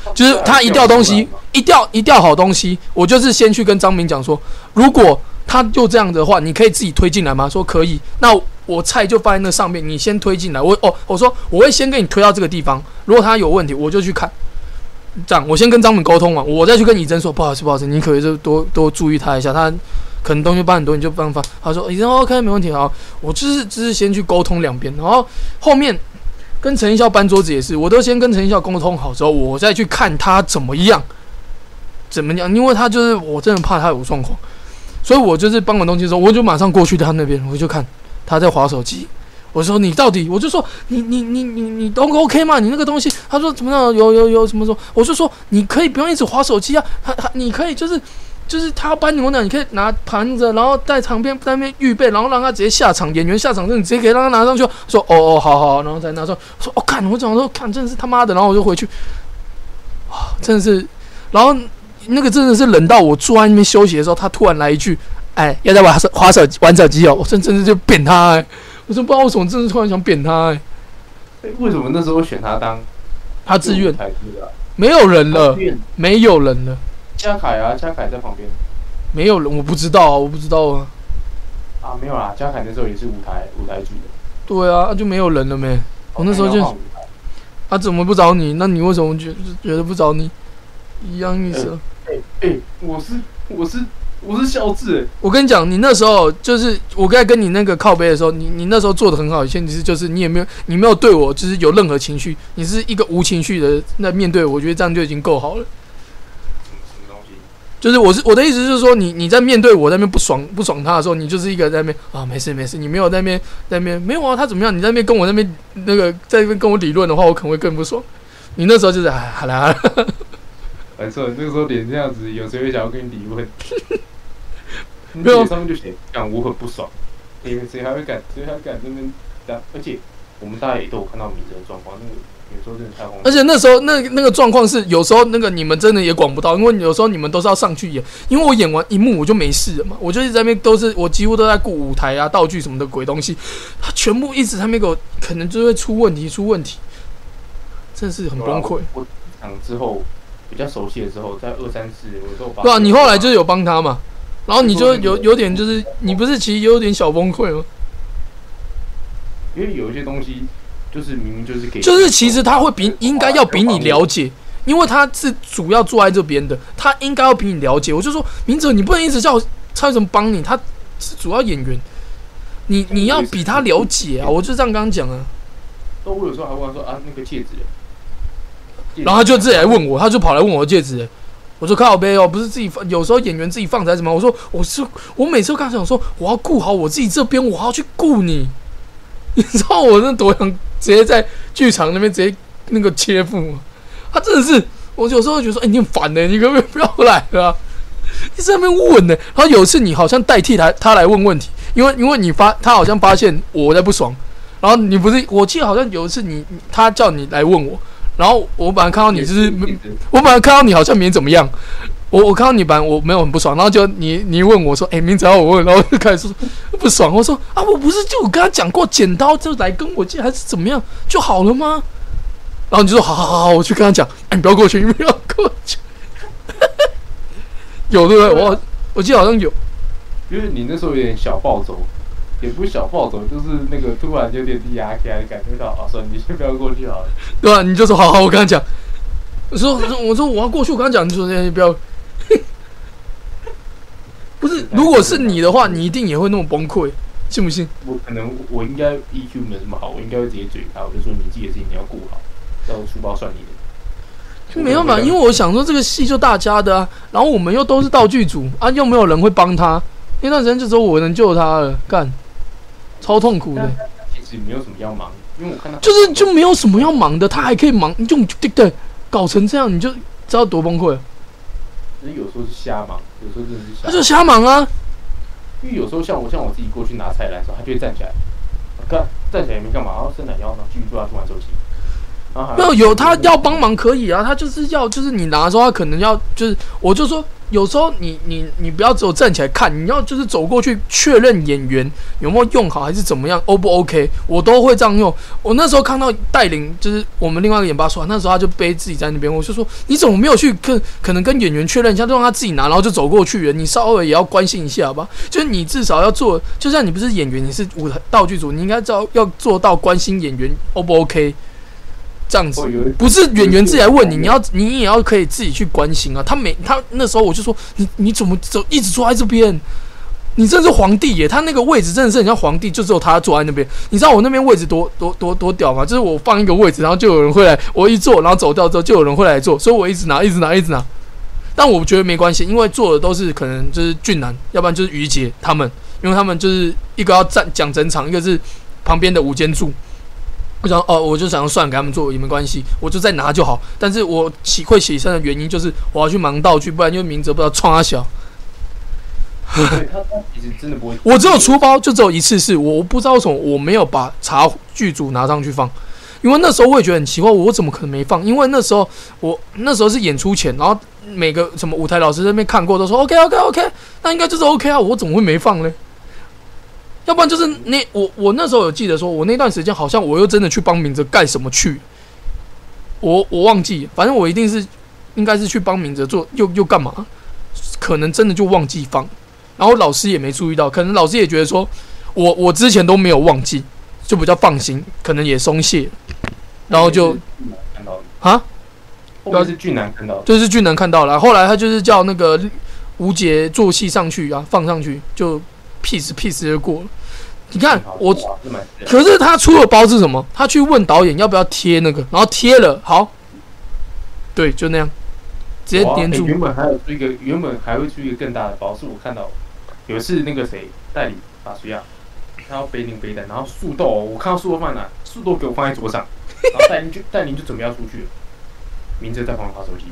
Speaker 1: 哦
Speaker 2: 就是他一掉东西，一掉一掉好东西，我就是先去跟张明讲说，如果他就这样的话，你可以自己推进来吗？说可以，那我菜就放在那上面，你先推进来。我哦，我说我会先跟你推到这个地方，如果他有问题，我就去看。这样，我先跟张明沟通完，我再去跟以真说，不好意思，不好意思，你可以就多多注意他一下，他可能东西搬很多，你就办法。他说，以真 OK，没问题，好，我就是就是先去沟通两边，然后后面跟陈一笑搬桌子也是，我都先跟陈一笑沟通好之后，我再去看他怎么样，怎么样，因为他就是我真的怕他有状况，所以我就是搬完东西之后，我就马上过去他那边，我就看他在划手机。我说你到底，我就说你你你你你都 OK 吗？你那个东西，他说怎么样？有有有什么说？我就说你可以不用一直划手机啊，他他你可以就是就是他搬牛奶，你可以拿盘子，然后在旁边在那边预备，然后让他直接下场，演员下场之后你直接给他拿上去。说哦哦好好，然后再拿上。我说哦看，我讲说看真的是他妈的，然后我就回去，啊真的是，然后那个真的是冷到我坐在那边休息的时候，他突然来一句，哎要在玩手滑手玩手机哦，我真真的就扁他、哎，我真不知道为什么，真的突然想扁他、哎，
Speaker 1: 为什么那时候选他当
Speaker 2: 他自愿
Speaker 1: 才是啊？
Speaker 2: 没有人了
Speaker 1: 自，愿
Speaker 2: 没有人了，
Speaker 1: 嘉凯啊，嘉凯在旁边
Speaker 2: 没有人，我不知道啊，我不知道啊，
Speaker 1: 啊，没有啦，嘉凯那时候也是舞台舞台剧的，哦
Speaker 2: 对啊，啊就没有人了没，我哦那时候就
Speaker 1: 没有换舞台
Speaker 2: 他、怎么不找你？那你为什么觉觉得不找你？一样意思啊，
Speaker 1: 哎哎、我是我是我是笑字、欸，
Speaker 2: 我跟你讲，你那时候就是我在跟你那个靠背的时候，你你那时候做的很好，前提是就是你也没有你没有对我就是有任何情绪，你是一个无情绪的那面对我，我觉得这样就已经够好了。
Speaker 1: 什么什么东西？
Speaker 2: 就是我是我的意思是说，你你在面对我在那边不爽不爽他的时候，你就是一个在那边啊没事没事，你没有在那边在那边没有啊他怎么样？你在那边跟我那边那个在那边跟我理论的话，我可能会更不爽。你那时候就是哎好啦好啦，
Speaker 1: 没错，哎那个时候脸这样子，有谁会想要跟你离
Speaker 2: <laughs>
Speaker 1: 婚？你
Speaker 2: 没有
Speaker 1: 脸上面就写，干我很不爽，你们谁还会敢，谁还敢那边打？而且我们大家也都有看到名人的状况，那个有时候真的太荒谬。
Speaker 2: 而且那时候那那个状况是，有时候那个你们真的也管不到，因为有时候你们都是要上去演，啊因为我演完一幕我就没事了嘛，我就一直在那边都是我几乎都在顾舞台啊、道具什么的鬼东西，他全部一直在那边给我，可能就会出问题，出问题，真是很
Speaker 1: 有啦
Speaker 2: 崩溃。。
Speaker 1: 啊我我场之后比较熟悉的时候，在二三四，我都有把。
Speaker 2: 对啊，你后来就是有帮他嘛，然后你就有有点就是你不是其实有点小崩溃吗？
Speaker 1: 因为有一些东西就是明明就是给，
Speaker 2: 就是其实他会比应该要比你了解，因为他是主要坐在这边的，他应该要比你了解。我就说明哲，你不能一直叫蔡什么帮你，他是主要演员，你你要比他了解啊！我就这样刚刚讲啊，
Speaker 1: 都我有时候还问他说啊那个戒指嘞，戒指
Speaker 2: 然后他就自己来问我，他就跑来问我的戒指、我说靠背哦，不是自己放，有时候演员自己放才怎么样？我说我是我每次都跟他讲说，我要顾好我自己这边，我还要去顾你。 <laughs> 你知道我那多想直接在剧场那边直接那个切腹吗？他真的是，我有时候会觉得说，哎、你很烦呢、你可不可以不要来了啊、你在那边问呢、然后有一次你好像代替他他来问问题，因为因为你发他好像发现我在不爽，然后你不是，我记得好像有一次你你他叫你来问我，然后我本来看到你就是嗯
Speaker 1: 戒指
Speaker 2: 我本来看到你好像没怎么样，我我看到你本来我没有很不爽，然后就你你问我说，哎、明早我问，然后就开始说不爽，我说啊，我不是就跟他讲过剪刀就来跟我借还是怎么样就好了吗？然后你就说好好好好，我去跟他讲，哎、你不要过去，你不要过去， <laughs> 有对不对？我我记得好像有，
Speaker 1: 因为你那时候有点小暴走，也不是小暴走，就是那个突然有点压起来，感觉到啊，算了，你先不要过去好了。
Speaker 2: 对吧、你就说好好，我跟他讲，我说我说我说我要过去，我跟他讲，你说哎、不要。 <laughs> 不是，如果是你的话，你一定也会那么崩溃，信不信？
Speaker 1: 我可能我应该 EQ 没有什么好，我应该会直接嘴他，我就说你自己的事情你要顾好，要出包算你的。
Speaker 2: 没办法，因为
Speaker 1: 为
Speaker 2: 我想说这个戏就大家的啊，然后我们又都是道具组啊，又没有人会帮他，那段时间就只有我能救他了，干，超痛苦的，
Speaker 1: 其实没有什么要忙，因为我看他
Speaker 2: 就是就没有什么要忙的，他还可以忙，你就对对，搞成这样，你就知道多崩溃了，
Speaker 1: 就是有时候是瞎忙，有时候真的是瞎忙。
Speaker 2: 他就瞎忙啊，
Speaker 1: 因为有时候像我像我自己过去拿菜来的时候，他就会站起来，干站起来也没干嘛，然后伸懒腰，然后继续坐下去玩手机。然后还
Speaker 2: 没有有他要帮忙可以啊，他就是要就是你拿的时候，他可能要就是我就说有时候你你你不要只有站起来看，你要就是走过去确认演员有没有用好还是怎么样，O 不 OK，我都会这样用。我那时候看到带领就是我们另外一个演八叔啊，那时候他就背自己在那边，我就说你怎么没有去跟可能跟演员确认一下，就让他自己拿，然后就走过去了，你稍微也要关心一下吧，就是你至少要做，就算你不是演员，你是舞台道具组，你应该知道要做到关心演员 O 不 OK。这样子
Speaker 1: 哦会有一，
Speaker 2: 不是演员自己来问你，你要你也要可以自己去关心啊。他每他那时候我就说你你怎么走一直坐在这边？你真是皇帝耶！他那个位置真的是很像皇帝，就只有他坐在那边。你知道我那边位置多多多多屌吗？就是我放一个位置，然后就有人会来，我一坐，然后走掉之后就有人会来坐，所以我一直拿，一直拿，一直拿。但我觉得没关系，因为坐的都是可能就是俊男，要不然就是于杰他们，因为他们就是一个要站讲整场，一个是旁边的午间柱。我想哦，我就想算给他们做也没关系，我就再拿就好。但是我起会起身的原因就是我要去忙道具，不然就明哲不知道创他啊小。
Speaker 1: 对他他其实真的不会。
Speaker 2: 我只有出包，就只有一次是我我不知道为什么我没有把茶剧组拿上去放，因为那时候我也觉得很奇怪，我怎么可能没放？因为那时候我那时候是演出前，然后每个什么舞台老师在那边看过，都说 OK OK OK，那应该就是 OK 啊，我怎么会没放呢？要不然就是那我我那时候有记得说，我那段时间好像我又真的去帮明哲干什么去，我我忘记，反正我一定是应该是去帮明哲做又又干嘛，可能真的就忘记放。然后老师也没注意到，可能老师也觉得说我我之前都没有忘记，就比较放心，可能也松懈，然后就
Speaker 1: 看到的，
Speaker 2: 啊，
Speaker 1: 后面是俊男看到的，
Speaker 2: 就是俊男看到了，后来他就是叫那个无节做戏上去啊，放上去就 piece piece 就过了。你看
Speaker 1: 好
Speaker 2: 我，
Speaker 1: 哇是蛮是的
Speaker 2: 可是他出了包是什么？他去问导演要不要贴那个，然后贴了，好，对，就那样，直接
Speaker 1: 哇
Speaker 2: 粘
Speaker 1: 哎
Speaker 2: 住。
Speaker 1: 原本还有出一个，原本还会出一个更大的包，是我看到有一次那个谁代理法苏亚，他要背领背带，然后树豆哦，我看到树豆放哪，树豆给我放在桌上，然后戴林就戴林就准备要出去了，明哲在旁边划手机，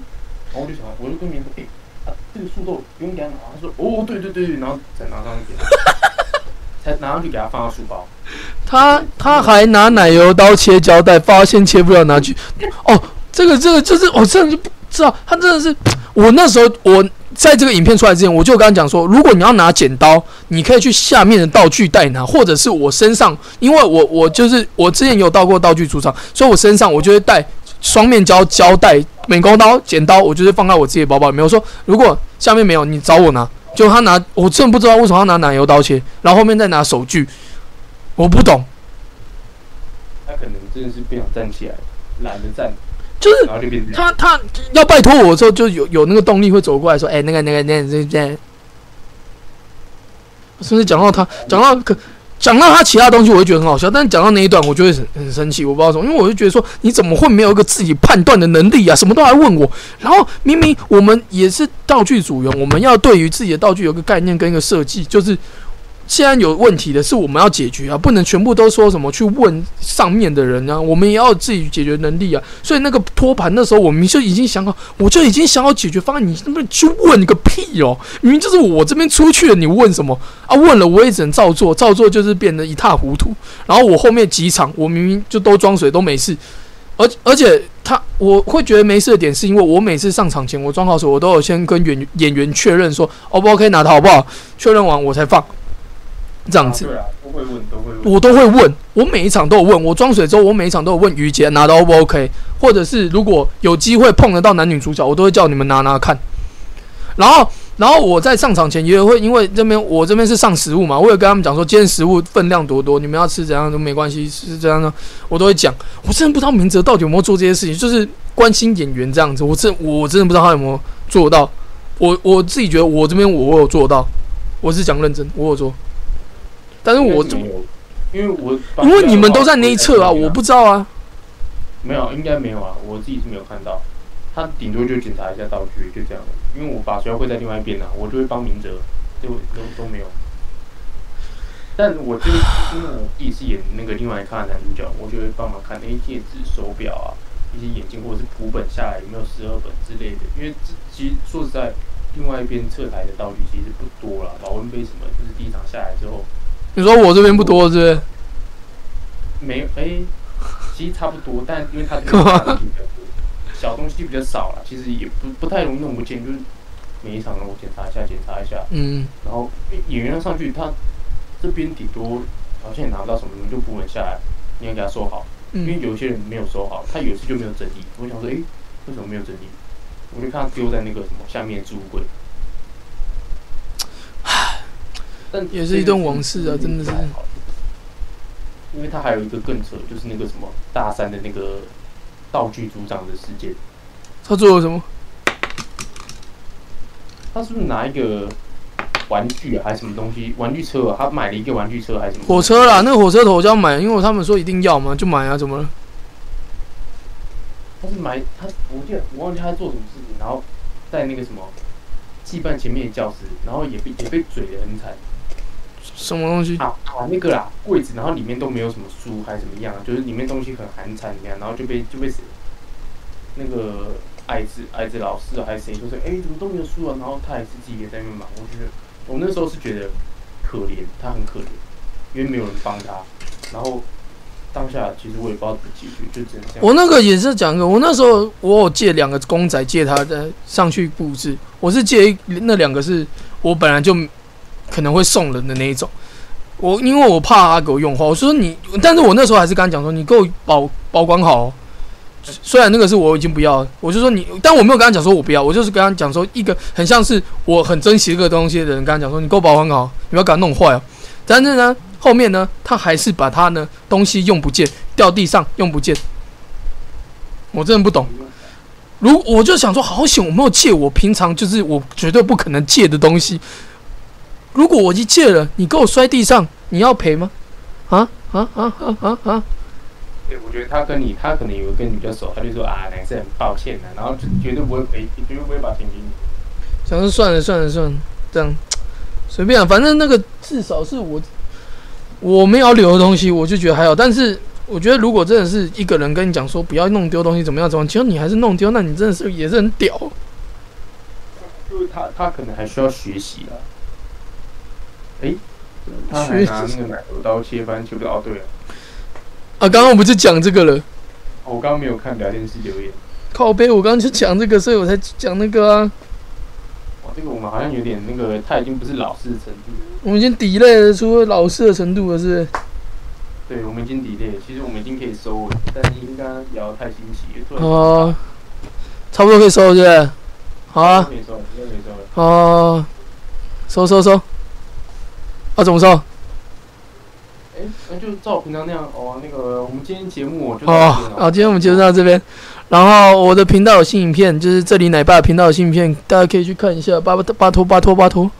Speaker 1: 然后我就想，我就跟明哲说，哎、啊这个树豆不用给他拿，他说哦对对对对，然后才拿上去给他，才拿上去给他放到书包，
Speaker 2: 他他还拿奶油刀切胶带，发现切不了，拿去。哦，这个这个就是我真的就不知道，他真的是我那时候我在这个影片出来之前，我就有跟他讲说，如果你要拿剪刀，你可以去下面的道具袋拿，或者是我身上，因为我我就是我之前有到过道具组厂，所以我身上我就会带双面胶、胶带、美工刀、剪刀，我就是放在我自己的包包里面。我说如果下面没有，你找我拿。就他拿，我真的不知道为什么他拿奶油刀切，然后后面再拿手锯，我不懂。
Speaker 1: 他可能真的是不想站起来，懒得站，
Speaker 2: 就是
Speaker 1: 然后就变成这样
Speaker 2: 他他嗯要拜托我的时候，就有有那个动力会走过来说，哎、那个那个那个那个那个，甚至讲到他讲到可。讲到他其他东西，我会觉得很好笑，但是讲到那一段，我就会很很生气，我不知道为什么，因为我就觉得说，你怎么会没有一个自己判断的能力啊？什么都来问我，然后明明我们也是道具组员，我们要对于自己的道具有个概念跟一个设计，就是既然有问题的是我们要解决啊，不能全部都说什么去问上面的人啊，我们也要有自己解决能力啊。所以那个托盘那时候，我们就已经想好，我就已经想好解决方案，你那边去问个屁哦！明明就是我这边出去了，你问什么啊？问了我也只能照做，照做就是变得一塌糊涂。然后我后面几场，我明明就都装水都没事，而而且他我会觉得没事的点，是因为我每次上场前我装好水，我都有先跟演演员确认说 O 不 OK 拿的好不好，确认完我才放，这样
Speaker 1: 啊
Speaker 2: 子。
Speaker 1: 对啊，都会问，都会问。
Speaker 2: 我都会问，我每一场都有问。我装水之后，我每一场都有问于杰拿的 O 不 OK，或者是如果有机会碰得到男女主角，我都会叫你们拿拿看。然后，然后我在上场前也会，因为这边我这边是上食物嘛，我有跟他们讲说今天食物分量多多，你们要吃怎样都没关系，是这样的，我都会讲。我真的不知道明哲到底有没有做这些事情，就是关心演员这样子。我真我真的不知道他有没有做到。我我自己觉得我这边我有做到，我是讲认真，我有做。但是我
Speaker 1: 应该是没有，因为我把
Speaker 2: 因为你们都在那一侧啊，
Speaker 1: 我
Speaker 2: 我不知道啊。
Speaker 1: 没有，应该没有啊，我自己是没有看到。他顶多就检查一下道具，就这样了。因为我把学校会在另外一边啊，我就会帮明哲，就都都没有。但我就是因为我自己是演那个另外一咖的男主角，我就会帮忙看那些戒指、手表啊，一些眼镜或者是谱本下来有没有十二本之类的。因为这其实说实在，另外一边侧台的道具其实不多啦，保温杯什么，就是第一场下来之后
Speaker 2: 你说我这边不多是不是？
Speaker 1: 没有，哎、其实差不多，但因为它这个大的比较多，小东西比较少了，其实也不不太容易弄不见，就是每一场我检查一下，检查一下，
Speaker 2: 嗯，
Speaker 1: 然后演员要上去，他这边顶多好像也拿不到什么，你就补稳下来，你要给他收好，因为
Speaker 2: 嗯，
Speaker 1: 有一些人没有收好，他有一次就没有整理，我想说，哎、为什么没有整理？我就看他丢在那个什么下面的置物柜。但
Speaker 2: 也是一段往事啊真的是。
Speaker 1: 因为他还有一个更扯，就是那个什么大三的那个道具组长的事件，
Speaker 2: 他做了什么？
Speaker 1: 他是不是拿一个玩具啊，还是什么东西玩具车啊？他买了一个玩具车还是什么
Speaker 2: 火车啦，那个火车头我就要买，因为他们说一定要嘛，就买啊，怎么了？
Speaker 1: 他是买他，我记得我忘记他在做什么事情，然后在那个什么羁绊前面的教室，然后也被也被嘴的很惨
Speaker 2: 什么东西？
Speaker 1: 啊啊那个啦柜子，然后里面都没有什么书还是怎么样，啊就是里面东西很寒惨一样，然后就被就被那个矮子矮子老师啊还是谁就说，哎、怎么都没有书啊，然后他还是自己也在那边忙，我觉得我那时候是觉得可怜，他很可怜，因为没有人帮他，然后当下其实我也不知道怎么解决，就只能这样。
Speaker 2: 我那个也是讲一个，我那时候我有借两个公仔借他的上去布置，我是借一那两个是我本来就可能会送人的那一种。我因为我怕他给我用坏，我说你，但是我那时候还是跟他讲说，你给我保保管好、哦。虽虽然那个是我已经不要了，我就说你，但我没有跟他讲说我不要，我就是跟他讲说一个很像是我很珍惜这个东西的人，跟他讲说你给我保管好，你不要给他弄坏哦。但是呢，后面呢，他还是把他呢东西用不见，掉地上用不见，我真的不懂。如我就想说，好险我没有借我平常就是我绝对不可能借的东西。如果我一借了，你给我摔地上，你要赔吗？啊啊啊啊啊啊！
Speaker 1: 对，我觉得他跟你，他可能有跟你比较熟，他就说啊，男生很抱歉啊，然后就绝对不会赔，绝对不会把钱给你。
Speaker 2: 想说算了算了算了，这样随便啊，反正那个至少是我我没有要留的东西，我就觉得还好。但是我觉得如果真的是一个人跟你讲说不要弄丢东西怎么样怎么样，结果你还是弄丢，那你真的是也是很屌。
Speaker 1: 就是他，他可能还需要学习啊。诶，他还
Speaker 2: 学
Speaker 1: 拿那
Speaker 2: 习
Speaker 1: 个奶油刀切番茄，哦，对了，
Speaker 2: 啊，刚刚我不是讲这个了？
Speaker 1: 哦我刚刚没有看聊天室留言，
Speaker 2: 靠背，我刚刚就讲这个，所以我才讲那个啊。
Speaker 1: 哇，这个我们好像有点那个，他已经不是老师的程度了，
Speaker 2: 我们已经抵赖了出老师的程度了，是不是？
Speaker 1: 对，我们已经 delay，了其实我们已经可以收尾，但是因为刚刚聊得太新奇了，突然
Speaker 2: 哦、差不多可以收了，是不是？好啊，
Speaker 1: 没收了，应该没收了，
Speaker 2: 哦、收收收。啊，怎么收？
Speaker 1: 哎，那就照平常那样哦，那个我们今天节目我就
Speaker 2: 哦
Speaker 1: 到这，边了
Speaker 2: 好，今天我们节目到这边。然后我的频道有新影片，就是这里奶爸频道有新影片，大家可以去看一下，巴巴巴托巴托巴托。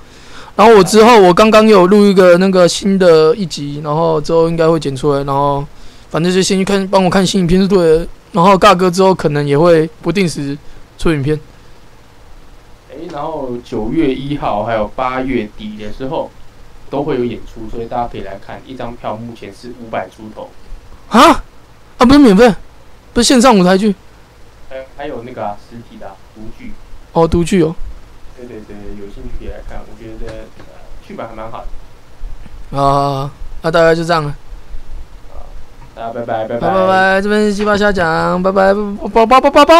Speaker 2: 然后我之后我刚刚有录一个那个新的一集，然后之后应该会剪出来，然后反正就先去看，帮我看新影片就对了。然后尬哥之后可能也会不定时出影片。
Speaker 1: 哎，然后九月一号还有八月底的时候都会有演出，所以大家可以来看，一张票目前是五百出头。
Speaker 2: 啊啊，不是免费，不是线上舞台剧
Speaker 1: 还有还有那个、啊、实体的、啊、独剧，
Speaker 2: 哦，独剧哦。
Speaker 1: 对对对，有兴趣可以来看，我觉得、呃、剧本还蛮好的。
Speaker 2: 啊，那、大概就这样了，
Speaker 1: 大家拜拜，拜
Speaker 2: 拜拜拜，这边是鸡巴瞎讲，拜拜拜拜拜拜拜拜。